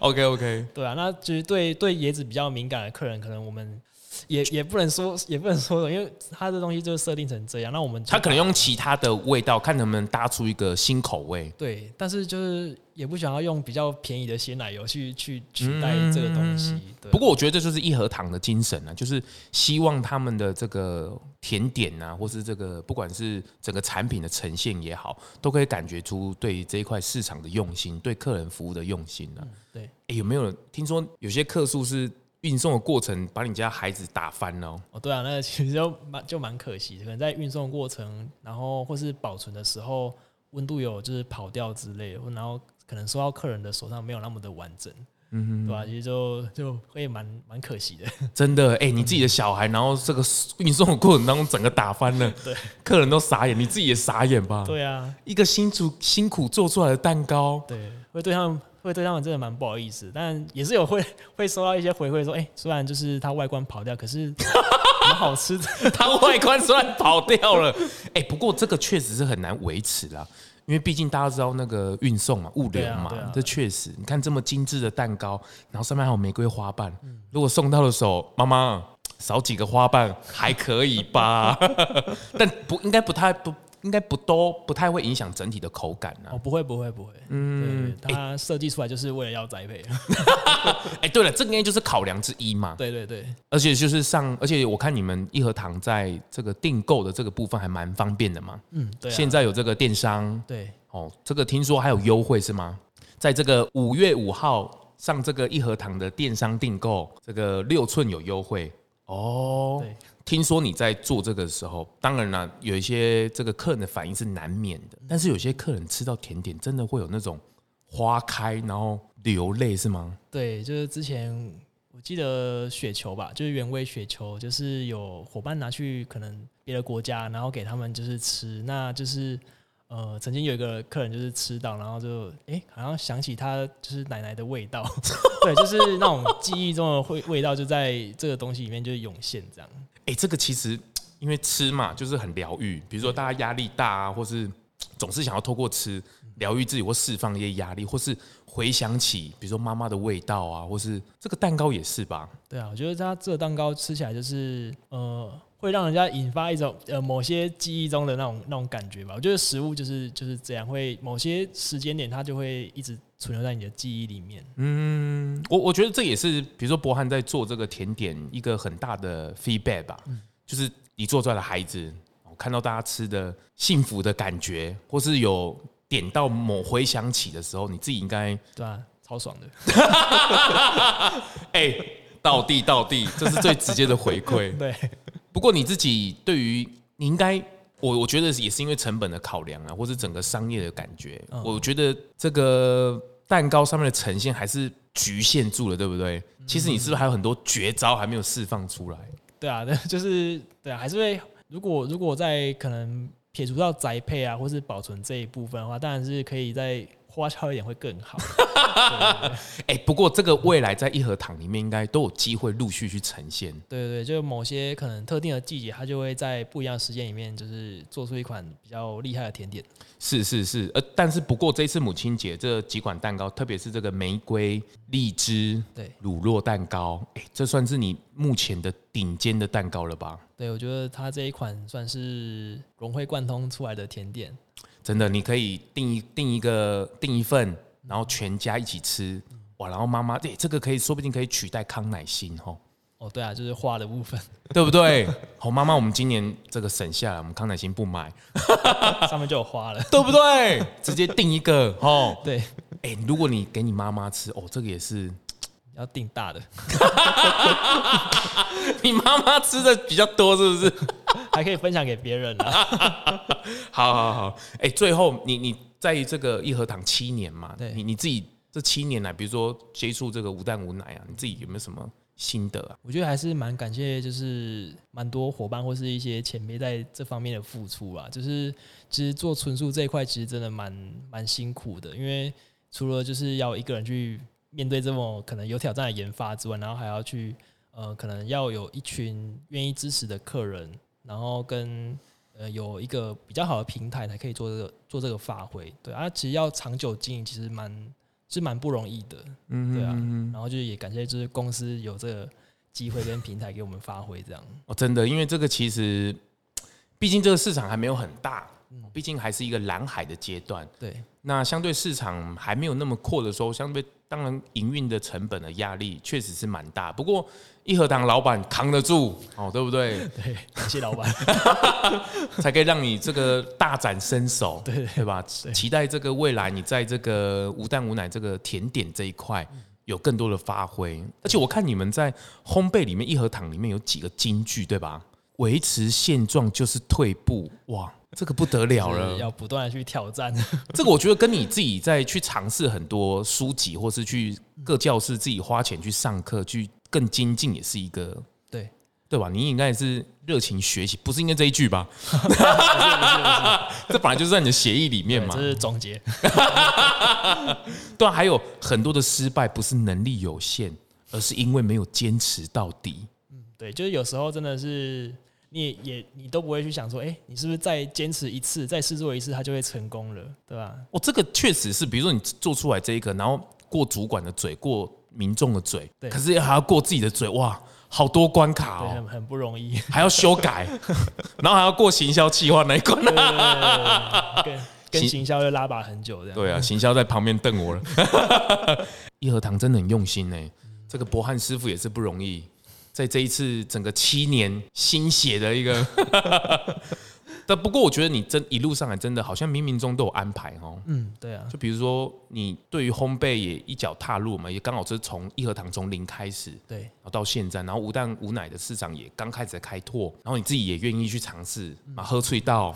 Speaker 1: OK OK，
Speaker 2: 对啊。那其实对对椰子比较敏感的客人，可能我们也也不能说也不能说，因为它这东西就是设定成这样，那我们就
Speaker 1: 他可能用其他的味道，看能不能搭出一个新口味。
Speaker 2: 对，但是就是也不想要用比较便宜的鲜奶油去去
Speaker 1: 嗯
Speaker 2: 取代这个东西。对啊
Speaker 1: 不过我觉得这就是义和堂的精神啊，就是希望他们的这个甜点啊，或是这个不管是整个产品的呈现也好，都可以感觉出对这一块市场的用心，对客人服务的用心啊。
Speaker 2: 对，
Speaker 1: 诶有没有人听说有些客诉是运送的过程把你家孩子打翻了哦？
Speaker 2: 哦，对啊，那个其实就蛮就蛮可惜的，可能在运送过程，然后或是保存的时候，温度有就是跑掉之类的，或然后可能收到客人的手上没有那么的完整，嗯对吧、其实就就会蛮蛮可惜的，
Speaker 1: 真的，哎、你自己的小孩，然后这个运送的过程当中整个打翻 了，客人都傻眼，你自己也傻眼吧？
Speaker 2: 对啊，
Speaker 1: 一个辛苦辛苦做出来的蛋糕，
Speaker 2: 对，会对他们会对他们真的蛮不好意思，但也是有会会收到一些回馈说，哎、虽然就是它外观跑掉，可是蛮好吃的，
Speaker 1: 它外观虽然跑掉了， 哎、不过这个确实是很难维持啦，因为毕竟大家知道那个运送嘛、物流嘛，
Speaker 2: 对啊对啊
Speaker 1: 这确实，你看这么精致的蛋糕，然后上面还有玫瑰花瓣，如果送到的时候，妈妈少几个花瓣还可以吧？ 但不应该不太不应该不都不太会影响整体的口感啊
Speaker 2: 哦，。不会不会不会，嗯，对，它设计出来就是为了要栽培，
Speaker 1: 哎、对了，这个应该就是考量之一嘛。
Speaker 2: 对对对，
Speaker 1: 而且就是上，而且我看你们义和堂在这个订购的这个部分还蛮方便的嘛。
Speaker 2: 嗯，对、啊，
Speaker 1: 现在有这个电商，
Speaker 2: 对。
Speaker 1: 哦，这个听说还有优惠是吗？在这个五月五号上这个一和堂的电商订购，这个六寸有优惠哦
Speaker 2: 对。
Speaker 1: 听说你在做这个的时候，当然啦，有一些这个客人的反应是难免的，但是有些客人吃到甜点，真的会有那种花开然后流泪，是吗？
Speaker 2: 对，就是之前我记得雪球吧，就是原味雪球，就是有伙伴拿去可能别的国家，然后给他们就是吃，那就是呃，曾经有一个客人就是吃到，然后就诶，好像想起他就是奶奶的味道， 对，就是那种记忆中的味味道就在这个东西里面就涌现这样。
Speaker 1: 哎、这个其实因为吃嘛，就是很疗愈。比如说大家压力大啊，或是总是想要透过吃疗愈自己，或释放一些压力，或是回想起比如说妈妈的味道啊，或是这个蛋糕也是吧？
Speaker 2: 对啊，我觉得它这个蛋糕吃起来就是呃，会让人家引发一种呃某些记忆中的那种那种感觉吧。我觉得食物就是就是这样，会某些时间点它就会一直存留在你的记忆里面。
Speaker 1: 我我觉得这也是，比如说博翰在做这个甜点一个很大的 feedback 吧，就是你做出来的孩子，我看到大家吃的幸福的感觉，或是有点到某回想起的时候，你自己应该
Speaker 2: 对啊，超爽的。
Speaker 1: 哎、到地到地，这是最直接的回馈。
Speaker 2: 对，
Speaker 1: 不过你自己对于你应该，我我觉得也是因为成本的考量啊，或是整个商业的感觉，我觉得这个蛋糕上面的呈现还是局限住了，对不对？其实你是不是还有很多绝招还没有释放出来？
Speaker 2: 对啊， 对，就是对啊，还是会如果如果在可能撇除到宅配啊，或是保存这一部分的话，当然是可以再花俏一点会更好。
Speaker 1: 哎、不过这个未来在一盒堂里面应该都有机会陆续去呈现。
Speaker 2: 对对对，就某些可能特定的季节，它就会在不一样的时间里面，就是做出一款比较厉害的甜点。
Speaker 1: 是是是，呃，但是不过这一次母亲节这几款蛋糕，特别是这个玫瑰、荔枝、
Speaker 2: 对
Speaker 1: 乳酪蛋糕，哎、这算是你目前的顶尖的蛋糕了吧？
Speaker 2: 对，我觉得它这一款算是融会贯通出来的甜点。
Speaker 1: 真的，你可以订一订一个订一份，然后全家一起吃，哇！然后妈妈，对、这个可以，说不定可以取代康乃馨哦，
Speaker 2: 哦，对啊，就是花的部分，
Speaker 1: 对不对？ 好，妈妈，我们今年这个省下来，我们康乃馨不买，
Speaker 2: 上面就有花了。
Speaker 1: 对不对？ 直接订一个哦。
Speaker 2: 对，
Speaker 1: 哎、如果你给你妈妈吃，哦，这个也是，
Speaker 2: 要订大的，
Speaker 1: 你妈妈吃的比较多，是不是？
Speaker 2: 还可以分享给别人啊。
Speaker 1: 好好好，哎、最后你你在这个义和堂七年嘛，
Speaker 2: 对
Speaker 1: 你你自己这七年来，比如说接触这个无蛋无奶啊，你自己有没有什么心得啊？
Speaker 2: 我觉得还是蛮感谢，就是蛮多伙伴或是一些前辈在这方面的付出啊。就是其实做纯素这一块，其实真的蛮蛮辛苦的，因为除了就是要一个人去面对这么可能有挑战的研发之外，然后还要去呃，可能要有一群愿意支持的客人，然后跟呃有一个比较好的平台才可以做这个做这个发挥。对啊，其实要长久经营，其实蛮是蛮不容易的。嗯，对啊。然后就是也感谢就是公司有这个机会跟平台给我们发挥，这样。
Speaker 1: 哦，真的，因为这个其实，毕竟这个市场还没有很大，毕竟还是一个蓝海的阶段。
Speaker 2: 对
Speaker 1: 那相对市场还没有那么阔的时候，相对当然营运的成本的压力确实是蛮大。不过一和堂老板扛得住哦，对不对？
Speaker 2: 对，感谢老板。
Speaker 1: 才可以让你这个大展身手，对对吧？期待这个未来你在这个无蛋无奶这个甜点这一块有更多的发挥。而且我看你们在烘焙里面一盒糖里面有几个金句，对吧？维持现状就是退步，哇，这个不得了
Speaker 2: 就是
Speaker 1: 了。
Speaker 2: 要不断的去挑战。
Speaker 1: 这个我觉得跟你自己在去尝试很多书籍，或是去各教室自己花钱去上课，去更精进，也是一个
Speaker 2: 对，
Speaker 1: 对吧？你应该也是热情学习，不是因为这一句吧？ 这本来就是在你的协议里面
Speaker 2: 对，
Speaker 1: 嘛
Speaker 2: 这。是总结。
Speaker 1: 对啊，还有很多的失败不是能力有限，而是因为没有坚持到底。
Speaker 2: 对，就是有时候真的是你也你都不会去想说，哎、你是不是再坚持一次，再试做一次，它就会成功了，对吧？
Speaker 1: 哦，这个确实是，比如说你做出来这一个，然后过主管的嘴，过民众的嘴，
Speaker 2: 对
Speaker 1: 可是还要过自己的嘴，哇，好多关卡
Speaker 2: 对，
Speaker 1: 哦
Speaker 2: 很，很不 容易。
Speaker 1: 还要修改，然后还要过行销企划那一关。
Speaker 2: 对对对对对跟跟
Speaker 1: 行
Speaker 2: 行销又拉拔很久这样。
Speaker 1: 对啊，行销在旁边瞪我了。 义和堂真的很用心呢、这个博汉师傅也是不容易，在这一次整个七年心血的一个。 但不过我觉得你真一路上来真的好像冥冥中都有安排哦。
Speaker 2: 嗯，对啊，
Speaker 1: 就比如说你对于烘焙也一脚踏入嘛，也刚好是从一和堂从零开始，
Speaker 2: 对，
Speaker 1: 然后到现在，然后无蛋无奶的市场也刚开始开拓，然后你自己也愿意去尝试，啊，喝醉 到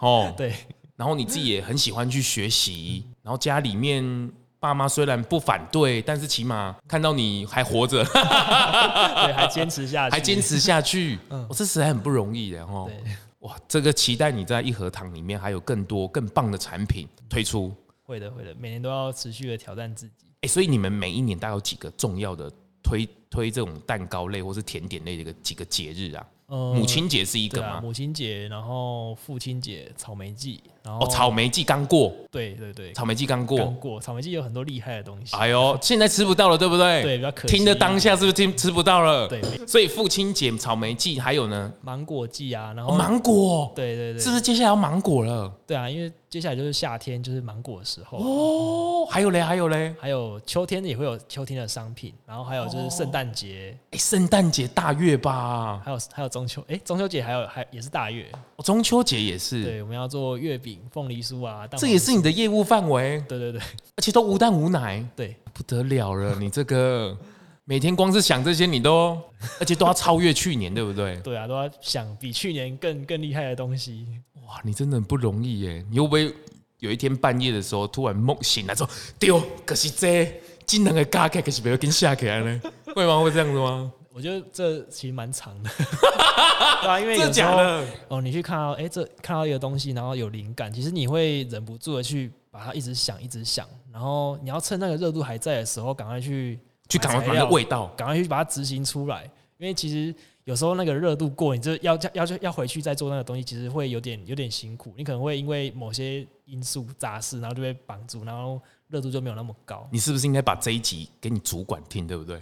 Speaker 1: 哦，
Speaker 2: 对，
Speaker 1: 然后你自己也很喜欢去学习，然后家里面爸妈虽然不反对，但是起码看到你还活着，
Speaker 2: 对，还坚持下 去，
Speaker 1: 还坚，持下去，我、这实在很不容易的哦。
Speaker 2: 对，
Speaker 1: 哇，这个期待你在一盒堂里面还有更多更棒的产品推出。
Speaker 2: 会的，会的，每年都要持续的挑战自己。
Speaker 1: 哎、所以你们每一年大概有几个重要的推推这种蛋糕类或是甜点类的一个几个节日啊？
Speaker 2: 呃
Speaker 1: 母亲节是一
Speaker 2: 对
Speaker 1: 个
Speaker 2: 啊，
Speaker 1: 吗？
Speaker 2: 母亲节，然后父亲节，草莓季，然后
Speaker 1: 哦，草莓季刚过，
Speaker 2: 对对对，
Speaker 1: 草莓季刚
Speaker 2: 刚
Speaker 1: 过，
Speaker 2: 过草莓季有很多厉害的东西，
Speaker 1: 哎呦，现在吃不到了，对不对？啊
Speaker 2: 对，比较可惜啊
Speaker 1: 听的当下是不是听吃不到了？
Speaker 2: 对
Speaker 1: 所以父亲节、草莓季还有呢，
Speaker 2: 芒果季啊，然
Speaker 1: 哦
Speaker 2: 后
Speaker 1: 芒果，
Speaker 2: 对对对，
Speaker 1: 是不是接下来要芒果了？
Speaker 2: 对啊，因为接下来就是夏天，就是芒果的时候啊，
Speaker 1: 哦，还有嘞，还有嘞，
Speaker 2: 还有秋天也会有秋天的商品，然后还有
Speaker 1: 哦
Speaker 2: 就是圣诞节，
Speaker 1: 哎，圣诞节大月吧，
Speaker 2: 还有还有中秋，哎，中秋节还有还也是大月，
Speaker 1: 哦中秋节也是，
Speaker 2: 对，我们要做月饼、凤梨酥啊，蛋
Speaker 1: 这
Speaker 2: 黄
Speaker 1: 也是
Speaker 2: 酥
Speaker 1: 你的业务范围，
Speaker 2: 对对对
Speaker 1: 而且都无蛋无奶，
Speaker 2: 对，
Speaker 1: 不得了了，你这 个每天光是想这些，你都，而且都要超越去年，对不对？
Speaker 2: 对啊，都要想比去年更更厉害的东西。
Speaker 1: 哇，你真的很不容易耶！你会不会有一天半夜的时候突然梦醒来说，丢，可是这竟然个嘎开，可是不要跟下起来呢？会吗？会这样子吗？
Speaker 2: 我觉得这其实蛮长 的，对啊，因为
Speaker 1: 真的
Speaker 2: 有时
Speaker 1: 假
Speaker 2: 候
Speaker 1: 的？
Speaker 2: 哦，你去看到哎、这看到一个东西，然后有灵感，其实你会忍不住的去把它一直想，一直想，然后你要趁那个热度还在的时候，赶快去
Speaker 1: 去赶快把
Speaker 2: 买材
Speaker 1: 那
Speaker 2: 料
Speaker 1: 个味道，
Speaker 2: 赶快去把它执行出来，因为其实有时候那个热度过，你就要要要要回去再做那个东西，其实会有点有点辛苦，你可能会因为某些因素杂事，然后就被绑住，然后热度就没有那么高。
Speaker 1: 你是不是应该把这一集给你主管听，对不对？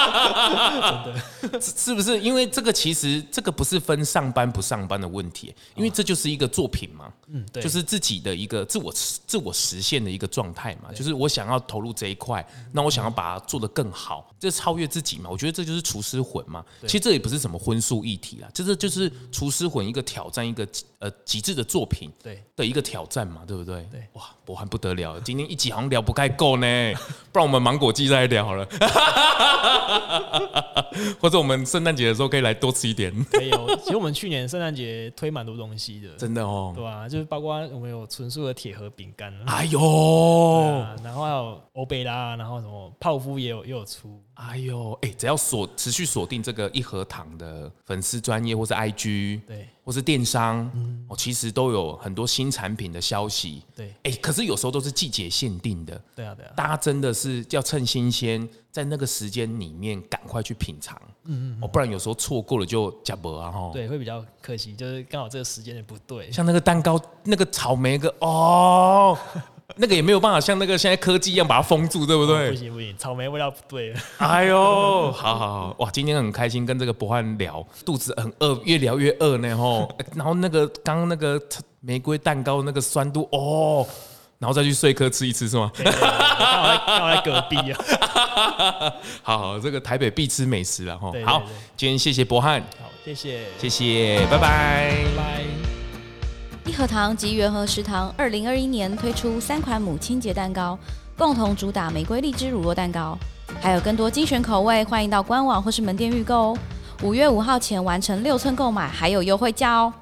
Speaker 1: 是是不是？因为这个其实这个不是分上班不上班的问题，因为这就是一个作品嘛，
Speaker 2: 嗯，对，
Speaker 1: 就是自己的一个自我自我实现的一个状态嘛，就是我想要投入这一块，那我想要把它做得更好，这超越自己嘛。我觉得这就是厨师魂嘛。其实这也不是什么荤素议题啦，这这就是厨师魂一个挑战，一个呃极致的作品。
Speaker 2: 对
Speaker 1: 的一个挑战嘛，对不对？
Speaker 2: 对，
Speaker 1: 哇，博涵不得了，今天一集好像聊不太够呢， 不然我们芒果季再来聊好了， 或者我们圣诞节的时候可以来多吃一点，
Speaker 2: 可以哦。其实我们去年圣诞节推蛮多东西的，
Speaker 1: 真的哦。
Speaker 2: 对啊，就是包括我们有纯素的铁盒饼干啊，
Speaker 1: 哎呦，
Speaker 2: 啊然后还有欧贝拉，然后什么泡芙也有也有出，
Speaker 1: 哎呦，哎，只要锁持续锁定这个一盒堂的粉丝专业或是 IG，
Speaker 2: 对
Speaker 1: 或是电商，哦，其实都有很多新产品的消息。
Speaker 2: 对
Speaker 1: 哎，可是有时候都是季节限定的，
Speaker 2: 对啊对啊，
Speaker 1: 大家真的是要趁新鲜，在那个时间里面赶快去品尝，嗯嗯哦，不然有时候错过了就假不啊哈。吼，
Speaker 2: 对会比较可惜，就是刚好这个时间点不对，
Speaker 1: 像那个蛋糕，那个草莓个哦， 那个也没有办法像那个现在科技一样把它封住，对不
Speaker 2: 哦不
Speaker 1: 对？
Speaker 2: 行不行，草莓味道不对了，
Speaker 1: 哎呦，好好好，哇，今天很开心跟这个博汉聊，肚子很饿，越聊越饿呢吼。 然后那个刚刚那个玫瑰蛋糕那个酸度哦，然后再去睡科吃一次是吗？
Speaker 2: 对对对刚好在刚好在隔壁啊，
Speaker 1: 好好，这个台北必吃美食了哈
Speaker 2: 对。对
Speaker 1: 好
Speaker 2: 对，
Speaker 1: 今天谢谢博汉，
Speaker 2: 好，谢谢，
Speaker 1: 谢谢，拜拜。
Speaker 2: 拜拜。
Speaker 3: 一和堂及元和食堂二零二一年推出三款母亲节蛋糕，共同主打玫瑰荔枝乳酪蛋糕，还有更多精选口味，欢迎到官网或是门店预购哦。五月五号前完成六寸购买，还有优惠价哦。